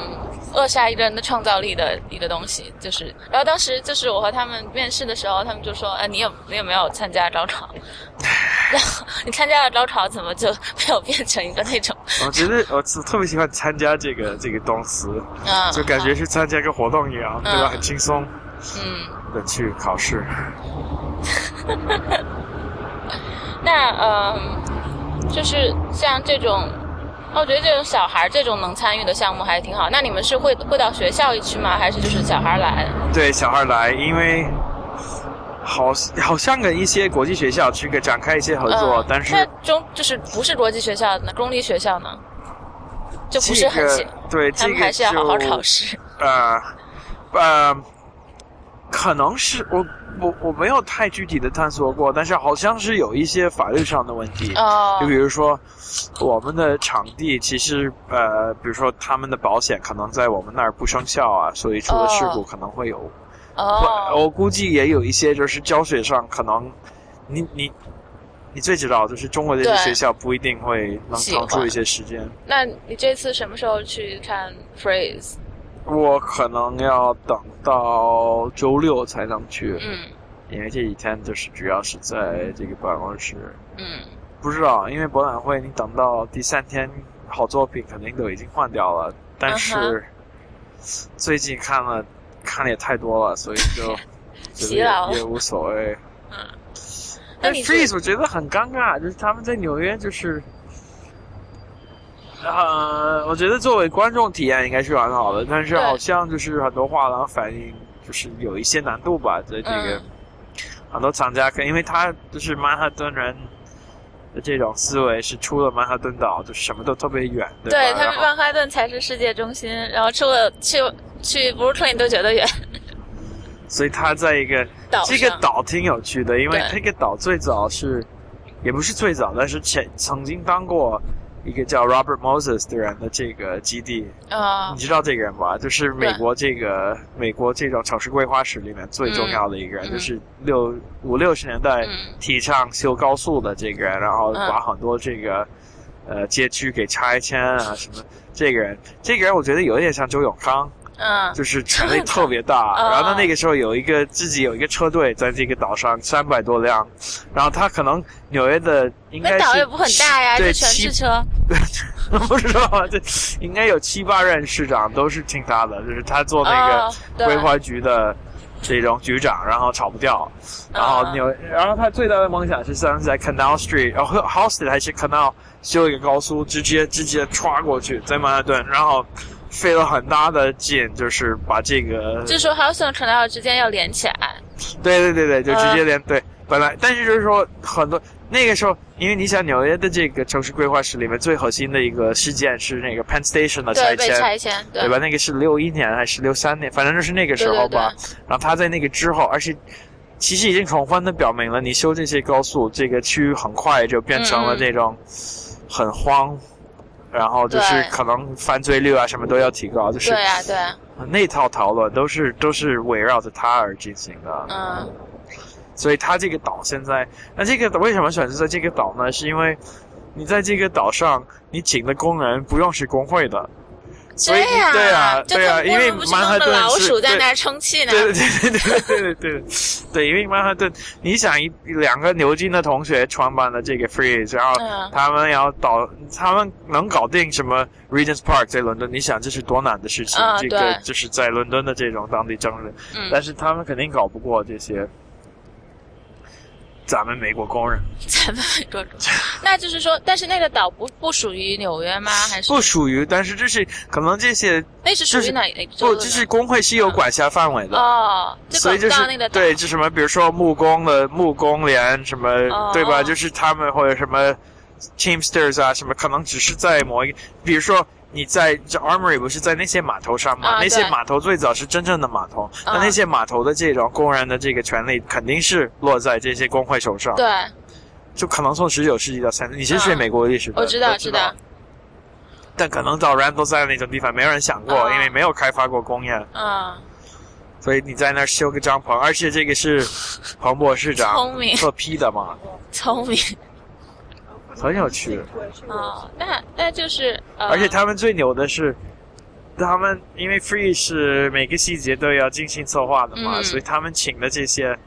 [SPEAKER 4] 扼杀一个人的创造力的一个东西。就是，然后当时就是我和他们面试的时候，他们就说：“哎，你有你有没有参加高考？ 然后你参加了高考，怎么就没有变成一个那种？
[SPEAKER 2] 我觉得我特特别喜欢参加这个 这个动词，
[SPEAKER 4] 嗯，
[SPEAKER 2] 就感觉是参加一个活动一样，对吧？
[SPEAKER 4] 嗯
[SPEAKER 2] 很轻松
[SPEAKER 4] 嗯。”
[SPEAKER 2] 的去考试。
[SPEAKER 4] 那嗯，就是像这种，哦我觉得这种小孩儿这种能参与的项目还挺好。那你们是会会到学校去吗？还是就是小孩儿来？
[SPEAKER 2] 对小孩来，因为好好像跟一些国际学校去给展开一些合作，
[SPEAKER 4] 嗯
[SPEAKER 2] 但是
[SPEAKER 4] 那中就是不是国际学校呢，公立学校呢，就不是
[SPEAKER 2] 这
[SPEAKER 4] 很行
[SPEAKER 2] 个。对
[SPEAKER 4] 他
[SPEAKER 2] 这
[SPEAKER 4] 们
[SPEAKER 2] 个
[SPEAKER 4] 还是要好好
[SPEAKER 2] 就
[SPEAKER 4] 考试。
[SPEAKER 2] 呃，呃，可能是我我我没有太具体的探索过，但是好像是有一些法律上的问题，
[SPEAKER 4] 哦
[SPEAKER 2] 就，比如说我们的场地其实呃，比如说他们的保险可能在我们那儿不生效啊，所以出了事故
[SPEAKER 4] 哦
[SPEAKER 2] 可能会有。
[SPEAKER 4] 哦，
[SPEAKER 2] 我估计也有一些就是教学上可能你你。你最知道，就是中国的一些
[SPEAKER 4] 对
[SPEAKER 2] 学校不一定会能
[SPEAKER 4] 喜
[SPEAKER 2] 腾出
[SPEAKER 4] 欢
[SPEAKER 2] 一些时间，
[SPEAKER 4] 那你这次什么时候去看 Phrase？
[SPEAKER 2] 我可能要等到周六才能去。
[SPEAKER 4] 嗯
[SPEAKER 2] 因为这几天就是主要是在这个办公室，
[SPEAKER 4] 嗯，
[SPEAKER 2] 不知道，因为博览会你等到第三天，好作品肯定都已经换掉了，但
[SPEAKER 4] 嗯
[SPEAKER 2] 是最近看了看的也太多了，所以 就
[SPEAKER 4] 疲
[SPEAKER 2] 觉
[SPEAKER 4] 劳
[SPEAKER 2] 得
[SPEAKER 4] 了
[SPEAKER 2] 也也无所谓。
[SPEAKER 4] 那
[SPEAKER 2] 但
[SPEAKER 4] 你
[SPEAKER 2] Freeze 我觉得很尴尬，就是他们在纽约就是。呃，我觉得作为观众体验应该是很好的，但是
[SPEAKER 4] 对
[SPEAKER 2] 好像就是很多画廊反映就是有一些难度吧，在这个、
[SPEAKER 4] 嗯
[SPEAKER 2] 很多厂家可能因为他就是曼哈顿人的这种思维是出了曼哈顿岛就什么都特别远，对
[SPEAKER 4] 对
[SPEAKER 2] 吧？
[SPEAKER 4] 他
[SPEAKER 2] 然
[SPEAKER 4] 们
[SPEAKER 2] 后
[SPEAKER 4] 曼哈顿才是世界中心，然后出了去去 Brooklyn 都觉得远。
[SPEAKER 2] 所以他在一个
[SPEAKER 4] 岛
[SPEAKER 2] 这个
[SPEAKER 4] 上
[SPEAKER 2] 岛挺有趣的，因为
[SPEAKER 4] 对
[SPEAKER 2] 这个岛最早是也不是最早，但是前曾经当过一个叫 Robert Moses 的人的这个基地，
[SPEAKER 4] 啊
[SPEAKER 2] 你，知道这个人吧？就是美
[SPEAKER 4] 对
[SPEAKER 2] 国这个美国这种城市规划史里面最重要的一个人，
[SPEAKER 4] 嗯
[SPEAKER 2] 就是六五六十年代
[SPEAKER 4] 嗯
[SPEAKER 2] 提倡修高速的这个人，然后把很多这个、呃街区给拆迁啊什么。这个人，这个人我觉得有点像周永康，
[SPEAKER 4] 嗯，
[SPEAKER 2] 就是权力特别大。
[SPEAKER 4] 嗯
[SPEAKER 2] 然后他那个时候有一个自己有一个车队在这个岛上三百多辆，然后他可能纽约的应该
[SPEAKER 4] 那
[SPEAKER 2] 是
[SPEAKER 4] 岛也不很大呀，
[SPEAKER 2] 对
[SPEAKER 4] 就全
[SPEAKER 2] 七
[SPEAKER 4] 是车。
[SPEAKER 2] 不知道，这应该有七八任市长都是听他的，就是他做那个
[SPEAKER 4] 哦对
[SPEAKER 2] 规划局的这种局长，然后炒不掉，然后
[SPEAKER 4] 嗯
[SPEAKER 2] 纽，然后他最大的梦想是当时在 Canal Street，然后 h o u s t e 还是 Canal 修一个高速，直接直接穿过去，在曼哈顿，然后费了很大的劲，就是把这个，
[SPEAKER 4] 就是说 Houston 和 Canal 之间要连起来，
[SPEAKER 2] 对对对对，就直
[SPEAKER 4] 嗯
[SPEAKER 2] 接连、对，本来但是就是说很多。那个时候，因为你想纽约的这个城市规划史里面最核心的一个事件是那个 Penn Station 的
[SPEAKER 4] 对，
[SPEAKER 2] 拆
[SPEAKER 4] 被
[SPEAKER 2] 迁，
[SPEAKER 4] 拆迁，对
[SPEAKER 2] 对吧？那个是六一年还是六三年，反正就是那个时候吧。然后他在那个之后，而且其实已经很欢的表明了，你修这些高速，这个区域很快就变成了
[SPEAKER 4] 嗯嗯
[SPEAKER 2] 这种很荒，然后就是
[SPEAKER 4] 对
[SPEAKER 2] 可能犯罪率啊什么都要提高，就是
[SPEAKER 4] 对啊，对啊，
[SPEAKER 2] 那套讨论都是都是围绕着他而进行的。
[SPEAKER 4] 嗯
[SPEAKER 2] 所以它这个岛现在，那这个岛为什么选择在这个岛呢？是因为你在这个岛上，你请的工人不用是工会的，所以
[SPEAKER 4] 对呀
[SPEAKER 2] 对啊，
[SPEAKER 4] 就
[SPEAKER 2] 对啊，
[SPEAKER 4] 跟
[SPEAKER 2] 因为
[SPEAKER 4] 不是
[SPEAKER 2] 曼哈
[SPEAKER 4] 弄的
[SPEAKER 2] 顿
[SPEAKER 4] 老
[SPEAKER 2] 是
[SPEAKER 4] 鼠在
[SPEAKER 2] 对
[SPEAKER 4] 那儿充 气 呢，
[SPEAKER 2] 对对对对对对对对，因为曼哈顿，你想一两个牛津的同学创办了这个 Freeze，然后
[SPEAKER 4] 嗯
[SPEAKER 2] 他们要搞，他们能搞定什么 Regent's Park 在伦敦？你想这是多难的事情？
[SPEAKER 4] 啊
[SPEAKER 2] 这个
[SPEAKER 4] 对
[SPEAKER 2] 就是在伦敦的这种当地政治，
[SPEAKER 4] 嗯，
[SPEAKER 2] 但是他们肯定搞不过这些咱们美国工人，
[SPEAKER 4] 咱们美国，那就是说，但是那个岛不不属于纽约吗？还是
[SPEAKER 2] 不属于，但是这是可能这些
[SPEAKER 4] 那是属
[SPEAKER 2] 就
[SPEAKER 4] 于
[SPEAKER 2] 是
[SPEAKER 4] 哪哪个州
[SPEAKER 2] 不，
[SPEAKER 4] 的呢？
[SPEAKER 2] 就是工会是有管辖范围的。
[SPEAKER 4] 哦，就
[SPEAKER 2] 所以
[SPEAKER 4] 管
[SPEAKER 2] 就
[SPEAKER 4] 不到
[SPEAKER 2] 是
[SPEAKER 4] 那个岛，
[SPEAKER 2] 对，就什么，比如说木工的木工联什么，
[SPEAKER 4] 哦
[SPEAKER 2] 对吧？
[SPEAKER 4] 哦
[SPEAKER 2] 就是他们或者什么 Teamsters 啊，什么可能只是在某一个，比如说你在这 Armory 不是在那些码头上吗？
[SPEAKER 4] 啊
[SPEAKER 2] 那些
[SPEAKER 4] 对
[SPEAKER 2] 码头最早是真正的码头，那、
[SPEAKER 4] 嗯
[SPEAKER 2] 那些码头的这种工人的这个权利肯定是落在这些工会手上，
[SPEAKER 4] 对，
[SPEAKER 2] 就可能从十九世纪到三十，你是学
[SPEAKER 4] 嗯
[SPEAKER 2] 美国历史的，
[SPEAKER 4] 我知道
[SPEAKER 2] 都知
[SPEAKER 4] 知道，
[SPEAKER 2] 但可能到 Randall 在那种地方，没有人想过，
[SPEAKER 4] 嗯
[SPEAKER 2] 因为没有开发过工业。
[SPEAKER 4] 嗯，
[SPEAKER 2] 所以你在那儿修个帐篷，而且这个是彭博市长
[SPEAKER 4] 聪明
[SPEAKER 2] 特批的 嘛，
[SPEAKER 4] 聪明
[SPEAKER 2] 很有趣。
[SPEAKER 4] 哦，那那就是，呃
[SPEAKER 2] 而且他们最牛的是，他们因为 Free 是每个细节都要精心策划的嘛，
[SPEAKER 4] 嗯
[SPEAKER 2] 所以他们请的这些，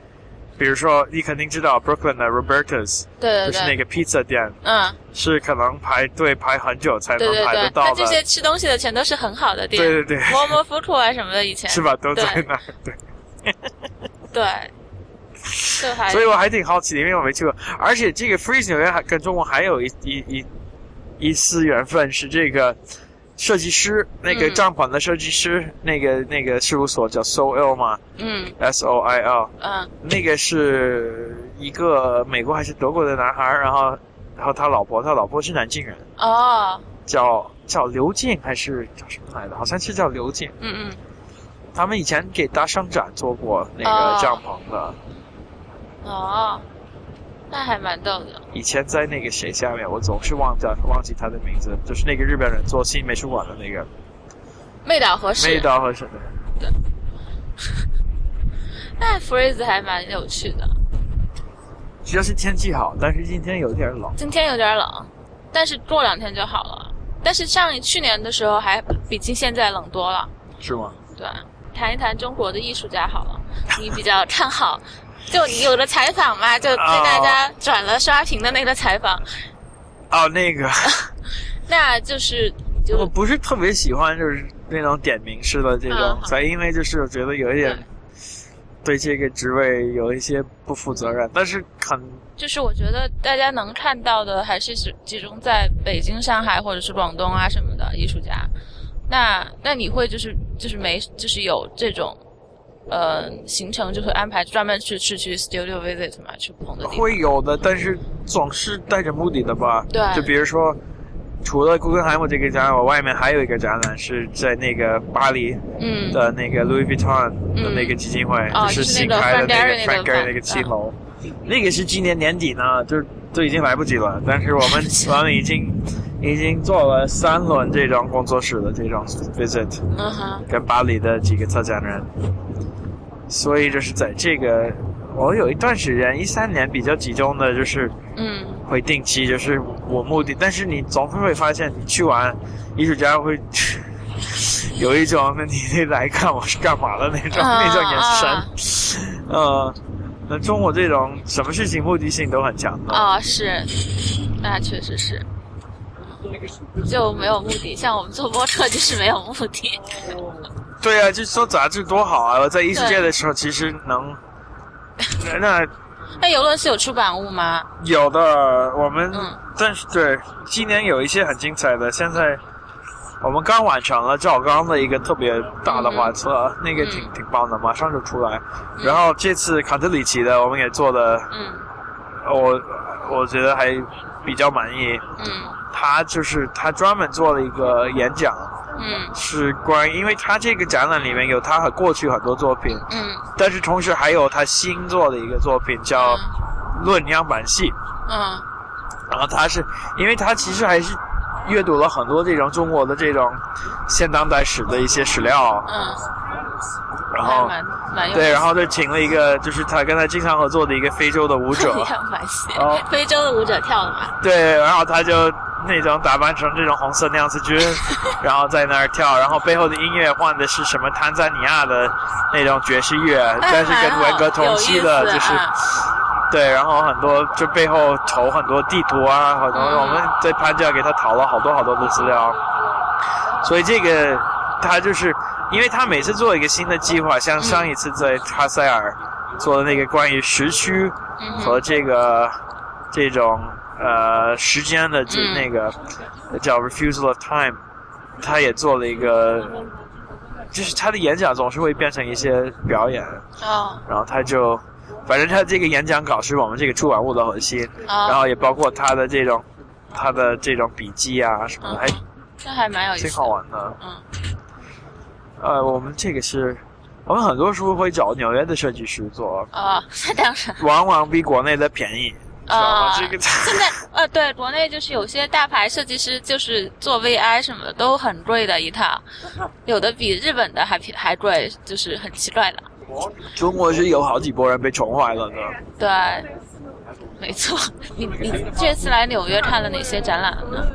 [SPEAKER 2] 比如说你肯定知道 Brooklyn 的 Roberta's，
[SPEAKER 4] 对对
[SPEAKER 2] 就是那
[SPEAKER 4] 对，
[SPEAKER 2] 个 pizza 店，
[SPEAKER 4] 嗯，
[SPEAKER 2] 是可能排队排很久才
[SPEAKER 4] 对
[SPEAKER 2] 能
[SPEAKER 4] 对
[SPEAKER 2] 排得
[SPEAKER 4] 对，
[SPEAKER 2] 到
[SPEAKER 4] 那
[SPEAKER 2] 的
[SPEAKER 4] 这，些吃东西的全都是很好的店，
[SPEAKER 2] 对对对，
[SPEAKER 4] 摸摸 food court 啊什么的，以前
[SPEAKER 2] 是吧？都在
[SPEAKER 4] 对
[SPEAKER 2] 那儿，对。
[SPEAKER 4] 对，就还
[SPEAKER 2] 所以我还挺好奇的，因为我没去过。而且这个 Freeze 纽约还跟中国还有一一一一丝缘分，是这个设计师，那个
[SPEAKER 4] 嗯
[SPEAKER 2] 帐篷的设计师，那个那个事务所叫 Soil 嘛
[SPEAKER 4] 嗯
[SPEAKER 2] ，S O I L，
[SPEAKER 4] 嗯
[SPEAKER 2] 那个是一个美国还是德国的男孩，然后然后他老婆，他老婆是南京人，
[SPEAKER 4] 哦
[SPEAKER 2] 叫叫刘静还是叫什么来着？好像是叫刘静。
[SPEAKER 4] 嗯
[SPEAKER 2] 他们以前给大商展做过那
[SPEAKER 4] 哦
[SPEAKER 2] 个帐篷的。
[SPEAKER 4] 嗯哦，那还蛮逗的，
[SPEAKER 2] 以前在那个谁下面，我总是忘掉忘记他的名字，就是那个日本人做新美术馆的那个
[SPEAKER 4] 妹岛合适
[SPEAKER 2] 妹，岛和什么。
[SPEAKER 4] 那 freeze 还蛮有趣的。
[SPEAKER 2] 只要是天气好，但是今天有点冷。
[SPEAKER 4] 今天有点冷，但是过两天就好了。但是上一去年的时候还比今现在冷多了。
[SPEAKER 2] 是吗？
[SPEAKER 4] 对，谈一谈中国的艺术家好了，你比较看好。就你有的采访嘛，就
[SPEAKER 2] 啊
[SPEAKER 4] 被大家转了刷屏的那个采访，
[SPEAKER 2] 哦，那个
[SPEAKER 4] 那就是
[SPEAKER 2] 我
[SPEAKER 4] 就
[SPEAKER 2] 不是特别喜欢，就是那种点名式的这种
[SPEAKER 4] 嗯，好
[SPEAKER 2] 才、因为就是我觉得有一点啊对这个职位有一些不负责任，但是很
[SPEAKER 4] 就是我觉得大家能看到的还是集集中在北京、上海或者是广东啊什么的艺术家。那那你会就是就是没就是有这种呃行程，就会安排专门去去去 studio visit 嘛，去不同的地方。
[SPEAKER 2] 会有的，但是总是带着目的的吧。
[SPEAKER 4] 对
[SPEAKER 2] 就比如说。除了古根海姆这个展览，我外面还有一个展览是在那个巴黎，
[SPEAKER 4] 嗯，
[SPEAKER 2] 的那个 Louis Vuitton 的那个基金会，
[SPEAKER 4] 哦
[SPEAKER 2] 就是
[SPEAKER 4] 就是
[SPEAKER 2] 新
[SPEAKER 4] 那个
[SPEAKER 2] 开的
[SPEAKER 4] Frank Gehry
[SPEAKER 2] 那个 Frank
[SPEAKER 4] 那啊个
[SPEAKER 2] Gehry 那个七楼，那个是今年年底呢，就是都已经来不及了。但是我们我们已 经已经做了三轮这种工作室的这种 visit，
[SPEAKER 4] 嗯哼，
[SPEAKER 2] 跟巴黎的几个策展人，所以就是在这个我有一段时间一三年比较集中的就是
[SPEAKER 4] 嗯
[SPEAKER 2] 会定期就是我目的，但是你总是会发现，你去完艺术家会有一种那你来看我是干嘛的那种、
[SPEAKER 4] 啊
[SPEAKER 2] 那种眼神，呃，那中国这种什么事情目的性都很强的，
[SPEAKER 4] 啊，是，那确实是，就没有目的。像我们做播客就是没有目的。
[SPEAKER 2] 对啊，就说杂志多好啊！我在艺术界的时候，其实 能，那那
[SPEAKER 4] 那游轮是有出版物吗？
[SPEAKER 2] 有的我们，
[SPEAKER 4] 嗯
[SPEAKER 2] 但是对今年有一些很精彩的，现在我们刚完成了赵刚的一个特别大的画册，那个挺
[SPEAKER 4] 嗯
[SPEAKER 2] 挺棒的，马上就出来。然后这次卡特里奇的我们也做的，
[SPEAKER 4] 嗯
[SPEAKER 2] 我我觉得还比较满意。
[SPEAKER 4] 嗯
[SPEAKER 2] 他就是他专门做了一个演讲，
[SPEAKER 4] 嗯
[SPEAKER 2] 是关于，因为他这个展览里面有他和过去很多作品。
[SPEAKER 4] 嗯
[SPEAKER 2] 但是同时还有他新做的一个作品叫《论样板戏》，
[SPEAKER 4] 嗯
[SPEAKER 2] 然后他是，因为他其实还是阅读了很多这种中国的这种现当代史的一些史料，
[SPEAKER 4] 嗯，
[SPEAKER 2] 然
[SPEAKER 4] 还
[SPEAKER 2] 后
[SPEAKER 4] 蛮蛮有
[SPEAKER 2] 哦对，然
[SPEAKER 4] 后
[SPEAKER 2] 后就请了一个就是他跟他经常合作的一个非洲的舞 者，
[SPEAKER 4] 跳马戏
[SPEAKER 2] 然后，
[SPEAKER 4] 非洲的舞者跳的嘛。
[SPEAKER 2] 对，然后他就那种打扮成这种红色酿子 军，然后在那儿跳，然后背后的音乐换的是什么坦赞尼亚的那种爵士 乐，
[SPEAKER 4] 哎
[SPEAKER 2] 但是跟
[SPEAKER 4] 蛮
[SPEAKER 2] 文革
[SPEAKER 4] 好
[SPEAKER 2] 同
[SPEAKER 4] 有
[SPEAKER 2] 期
[SPEAKER 4] 意
[SPEAKER 2] 的
[SPEAKER 4] 思
[SPEAKER 2] 就是。
[SPEAKER 4] 啊
[SPEAKER 2] 对，然后很多就背后投很多地图啊，很多、
[SPEAKER 4] 嗯
[SPEAKER 2] 我们在潘家给他讨了好多好多的资料，所以这个他就是，因为他每次做一个新的计划，
[SPEAKER 4] 嗯
[SPEAKER 2] 像上一次在哈塞尔做的那个关于时区
[SPEAKER 4] 嗯哼
[SPEAKER 2] 和这个、这种呃时间的这
[SPEAKER 4] 嗯
[SPEAKER 2] 那个、叫 refusal of time，他也做了一个，就是他的演讲总是会变成一些表演，
[SPEAKER 4] 哦
[SPEAKER 2] 然后他就，反正他这个演讲稿是我们这个出版物的核心，然
[SPEAKER 4] 哦，
[SPEAKER 2] 后也包括他的这种，他的这种笔记啊什么的，还
[SPEAKER 4] 这还蛮有意
[SPEAKER 2] 挺
[SPEAKER 4] 思
[SPEAKER 2] 好
[SPEAKER 4] 的。
[SPEAKER 2] 玩的。
[SPEAKER 4] 嗯
[SPEAKER 2] 呃，我们这个是，我们很多书会找纽约的设计师做，
[SPEAKER 4] 哦，那当 然
[SPEAKER 2] 往往比国内的便宜，知道吗？
[SPEAKER 4] 啊。
[SPEAKER 2] 这个
[SPEAKER 4] 现在呃，对，国内就是有些大牌设计师就是做 VI 什么的都很贵的一套，有的比日本的还便还贵，就是很奇怪的。
[SPEAKER 2] 中国是有好几波人被宠坏了的。
[SPEAKER 4] 对，没错。 你你这次来纽约看了哪些展览呢？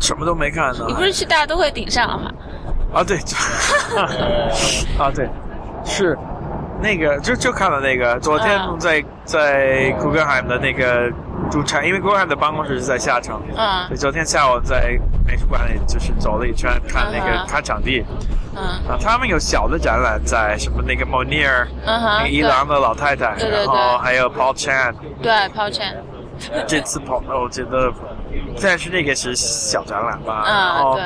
[SPEAKER 2] 什么都没看呢
[SPEAKER 4] 你不是去大都会顶上了吗？
[SPEAKER 2] 啊，对，就 啊对，是那个就就看了那个，昨天
[SPEAKER 4] 嗯
[SPEAKER 2] 在、在 Guggenheim 的那个驻场，因为 Guggenheim 的办公室是在下城，所
[SPEAKER 4] 嗯
[SPEAKER 2] 以昨天下午在美术馆里就是走了一圈，看那个、
[SPEAKER 4] 嗯
[SPEAKER 2] 看场地
[SPEAKER 4] 嗯
[SPEAKER 2] 啊，他们有小的展览在什么那个 Monier。
[SPEAKER 4] 嗯
[SPEAKER 2] 那
[SPEAKER 4] 哼，
[SPEAKER 2] 个
[SPEAKER 4] 对
[SPEAKER 2] 伊朗的老太太，
[SPEAKER 4] 对对
[SPEAKER 2] 然后还有 Paul Chan，
[SPEAKER 4] 对抛圈，
[SPEAKER 2] 这次 Paul，我觉得，但是那个是小展览吧，然
[SPEAKER 4] 嗯
[SPEAKER 2] 后
[SPEAKER 4] 对，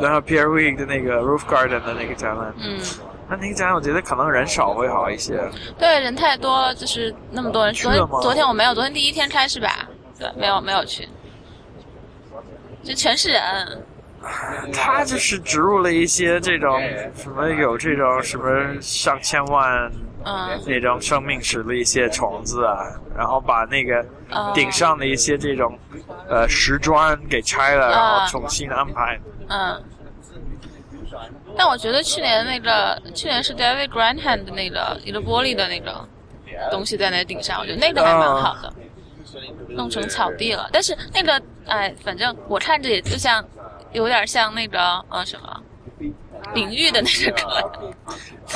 [SPEAKER 2] 然后 Pierre Wig 的那个 Roof Garden 的那个展览，
[SPEAKER 4] 嗯
[SPEAKER 2] 那那个展览我觉得可能人少会好一些。
[SPEAKER 4] 对，人太多了，就是那么多人。
[SPEAKER 2] 去
[SPEAKER 4] 昨天
[SPEAKER 2] 了吗
[SPEAKER 4] 昨天我没有，昨天第一天开是吧？对，没有没有去，就全是人。
[SPEAKER 2] 他就是植入了一些这种什么有这种什么上千万
[SPEAKER 4] 嗯
[SPEAKER 2] 那种生命史的一些虫子啊，然后把那个
[SPEAKER 4] 哦
[SPEAKER 2] 顶上的一些这种呃石砖给拆了，然
[SPEAKER 4] 啊
[SPEAKER 2] 后重新安排。
[SPEAKER 4] 嗯。但我觉得去年那个，去年是 David Granham 的那个一个玻璃的那个东西在那顶上，我觉得那个还蛮好的，弄成草地了。但是那个，哎，反正我看着也就像，有点像那个呃什么，领域的那个，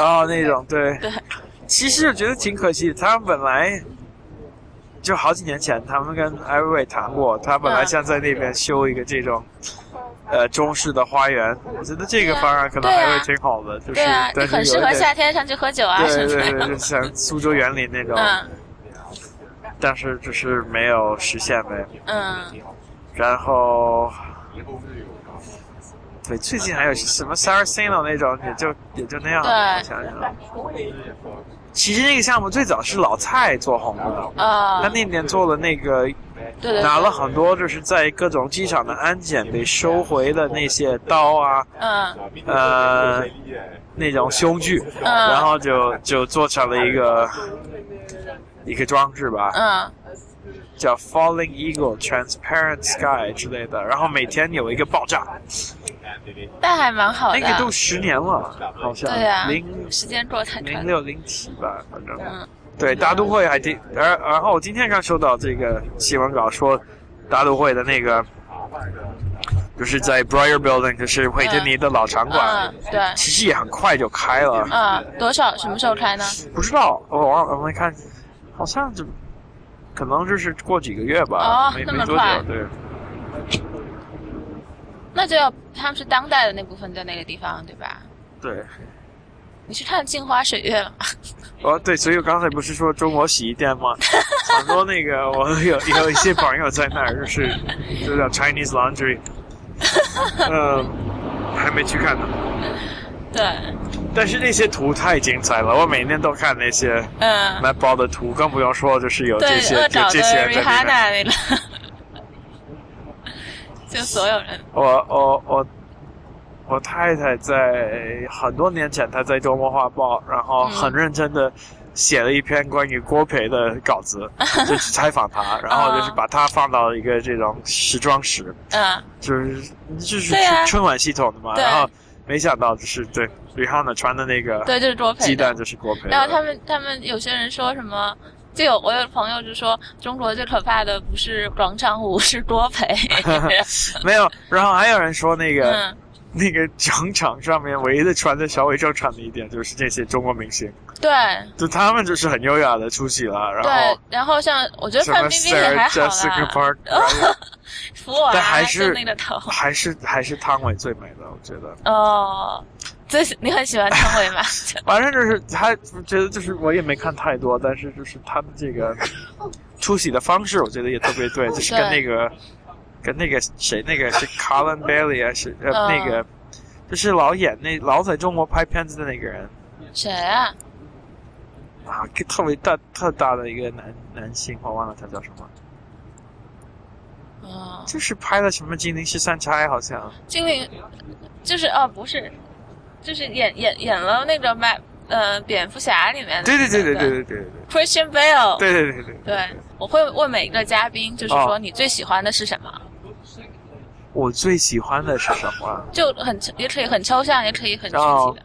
[SPEAKER 2] 哦，那种对。
[SPEAKER 4] 对，
[SPEAKER 2] 其实我觉得挺可惜的，他本来就好几年前，他们跟艾薇薇谈过，他本来
[SPEAKER 4] 嗯
[SPEAKER 2] 想在那边修一个这种。呃，中式的花园，我觉得这个
[SPEAKER 4] 对啊
[SPEAKER 2] 方案可能
[SPEAKER 4] 对
[SPEAKER 2] 还
[SPEAKER 4] 啊
[SPEAKER 2] 会挺好的，就是
[SPEAKER 4] 对啊，
[SPEAKER 2] 但
[SPEAKER 4] 你
[SPEAKER 2] 是有一
[SPEAKER 4] 很适合
[SPEAKER 2] 点
[SPEAKER 4] 夏天上去喝酒啊什
[SPEAKER 2] 对
[SPEAKER 4] 么
[SPEAKER 2] 对对，
[SPEAKER 4] 的。
[SPEAKER 2] 就像苏州园林那种，
[SPEAKER 4] 嗯
[SPEAKER 2] 但是就是没有实现呗。
[SPEAKER 4] 嗯
[SPEAKER 2] 然后，对，最近还有什么 Saraceno 那种，也就也就那样。
[SPEAKER 4] 对
[SPEAKER 2] 想想，其实那个项目最早是老蔡做红的，
[SPEAKER 4] 啊
[SPEAKER 2] 他，那年做了那个，
[SPEAKER 4] 对对
[SPEAKER 2] 拿
[SPEAKER 4] 对，
[SPEAKER 2] 了很多就是在各种机场的安检被收回的那些刀啊，
[SPEAKER 4] 嗯
[SPEAKER 2] 呃，那种凶具，然后就就做成了一个一个装置吧。
[SPEAKER 4] 嗯
[SPEAKER 2] 叫 Falling Eagle、Transparent Sky 之类的，然后每天有一个爆炸，
[SPEAKER 4] 但还蛮好的
[SPEAKER 2] 那
[SPEAKER 4] 啊。
[SPEAKER 2] 个都十年了，好像
[SPEAKER 4] 对啊
[SPEAKER 2] 零
[SPEAKER 4] 时间过得太快
[SPEAKER 2] 零
[SPEAKER 4] 了。
[SPEAKER 2] 六零七吧，反正
[SPEAKER 4] 嗯
[SPEAKER 2] 对，大都会还挺，而然后我今天刚收到这个新闻稿说，大都会的那个，就是在 Briar Building，就是惠特尼的老场馆，
[SPEAKER 4] 嗯，对，
[SPEAKER 2] 其实也很快就开了，
[SPEAKER 4] 嗯，多少什么时候开呢？
[SPEAKER 2] 不知道我忘了，我没看，好像就可能就是过几个月吧，
[SPEAKER 4] 哦
[SPEAKER 2] 没
[SPEAKER 4] 那
[SPEAKER 2] 没
[SPEAKER 4] 么
[SPEAKER 2] 多久
[SPEAKER 4] 快，
[SPEAKER 2] 对。
[SPEAKER 4] 那就要他们是当代的那部分在那个地方，对吧？
[SPEAKER 2] 对，
[SPEAKER 4] 你去看镜花水月了吗？
[SPEAKER 2] 哦对，所以我刚才不是说中国洗衣店吗？ 很多那个我有有一些朋友在那儿，就是就叫 Chinese Laundry，嗯、还没去看呢。
[SPEAKER 4] 对，
[SPEAKER 2] 但是那些图太精彩了，我每天都看那些
[SPEAKER 4] 嗯，
[SPEAKER 2] 来包的图，更不用说就是有这
[SPEAKER 4] 对，
[SPEAKER 2] 些
[SPEAKER 4] 恶
[SPEAKER 2] 有
[SPEAKER 4] 搞的
[SPEAKER 2] 这些人在里面。
[SPEAKER 4] Rihanna 那个， 就所有人，
[SPEAKER 2] 我我我我太太在很多年前，她在周末画报，然后
[SPEAKER 4] 嗯
[SPEAKER 2] 很认真的写了一篇关于郭培的稿 子，就去采访他，然后
[SPEAKER 4] 啊
[SPEAKER 2] 就是把他放到一个这种时装室，
[SPEAKER 4] 嗯，
[SPEAKER 2] 就是就是
[SPEAKER 4] 对啊
[SPEAKER 2] 春春晚系统的嘛，
[SPEAKER 4] 对
[SPEAKER 2] 然后没想到就是对 Rihanna 穿的那个
[SPEAKER 4] 对，就是卓
[SPEAKER 2] 鸡
[SPEAKER 4] 培的。
[SPEAKER 2] 蛋就是郭培的，
[SPEAKER 4] 然后他们他们有些人说什么？就有我有朋友就说，中国最可怕的不是广场舞，是多嗯培。
[SPEAKER 2] 没有，然后还有人说那个。
[SPEAKER 4] 嗯，
[SPEAKER 2] 那个整场上面唯一的穿的稍微正常的一点，就是这些中国明星，
[SPEAKER 4] 对
[SPEAKER 2] 就他们就是很优雅的出席了，然
[SPEAKER 4] 对
[SPEAKER 2] 后。
[SPEAKER 4] 然后像我觉得
[SPEAKER 2] 什
[SPEAKER 4] 范
[SPEAKER 2] 么
[SPEAKER 4] 冰冰也
[SPEAKER 2] Sarah
[SPEAKER 4] 还好
[SPEAKER 2] Jessica
[SPEAKER 4] 啦，
[SPEAKER 2] Park，
[SPEAKER 4] 福尔
[SPEAKER 2] 但还
[SPEAKER 4] 啊，
[SPEAKER 2] 是
[SPEAKER 4] 就那个头。
[SPEAKER 2] 还是还是汤唯最美的，我觉得。
[SPEAKER 4] 哦，最喜你很喜欢汤 唯吗？
[SPEAKER 2] 反正就是他，觉得就是我也没看太多，但是就是他的这 个出席的方式，我觉得也特别对，就是跟那个跟那个谁，那个是 Colin Bailey 还是呃、
[SPEAKER 4] 嗯
[SPEAKER 2] 那个，就是老演那老在中国拍片子的那个人
[SPEAKER 4] 谁啊？
[SPEAKER 2] 啊，个特别大特大的一个男男星，我忘了他叫什么，
[SPEAKER 4] 哦，
[SPEAKER 2] 就是拍了什么《金陵十三钗》好像。
[SPEAKER 4] 精灵，就是哦，不是，就是演演演了那个麦呃蝙蝠侠里面的
[SPEAKER 2] 对对对对
[SPEAKER 4] 那个
[SPEAKER 2] 对对对
[SPEAKER 4] Christian Bale。
[SPEAKER 2] 对对对对对。
[SPEAKER 4] 对，我会问每一个嘉宾，就是
[SPEAKER 2] 哦
[SPEAKER 4] 说你最喜欢的是什么？
[SPEAKER 2] 我最喜欢的是什么？
[SPEAKER 4] 就很也可以很抽象，也可以很具
[SPEAKER 2] 哦
[SPEAKER 4] 体的。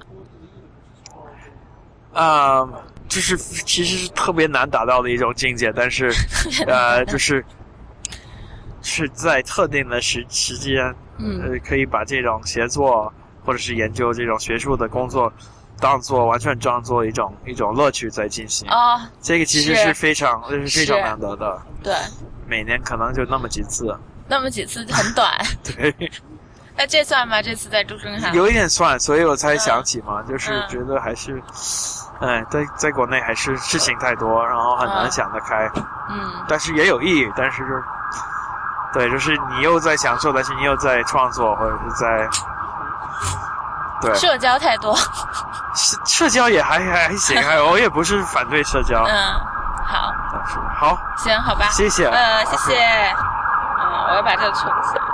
[SPEAKER 2] 啊、就是其实是特别难达到的一种境界，但 是呃，就是是在特定的时时间，
[SPEAKER 4] 嗯，
[SPEAKER 2] 呃，可以把这种协作或者是研究这种学术的工作。当做完全当做一种一种乐趣在进行，
[SPEAKER 4] 哦，
[SPEAKER 2] 这个其实
[SPEAKER 4] 是
[SPEAKER 2] 是非常这是非常
[SPEAKER 4] 是
[SPEAKER 2] 难得的，
[SPEAKER 4] 对，
[SPEAKER 2] 每年可能就那么几次。
[SPEAKER 4] 那么几次很短，
[SPEAKER 2] 对，
[SPEAKER 4] 那这算吗？这次在朱根汉，
[SPEAKER 2] 有一点算，所以我才
[SPEAKER 4] 嗯
[SPEAKER 2] 想起嘛，就是
[SPEAKER 4] 啊嗯
[SPEAKER 2] 觉得还是，哎，在在国内还是事情太多，然后很难
[SPEAKER 4] 嗯
[SPEAKER 2] 想得开，
[SPEAKER 4] 嗯，
[SPEAKER 2] 但是也有意义，但是就是，对，就是你又在享受，但是你又在创作，或者是在，对，
[SPEAKER 4] 社交太多，
[SPEAKER 2] 社社交也还还行，还我也不是反对社交，
[SPEAKER 4] 嗯，好，
[SPEAKER 2] 但是好，
[SPEAKER 4] 行，好吧，
[SPEAKER 2] 谢谢，啊
[SPEAKER 4] 呃，谢谢，嗯，我要把这个存起来。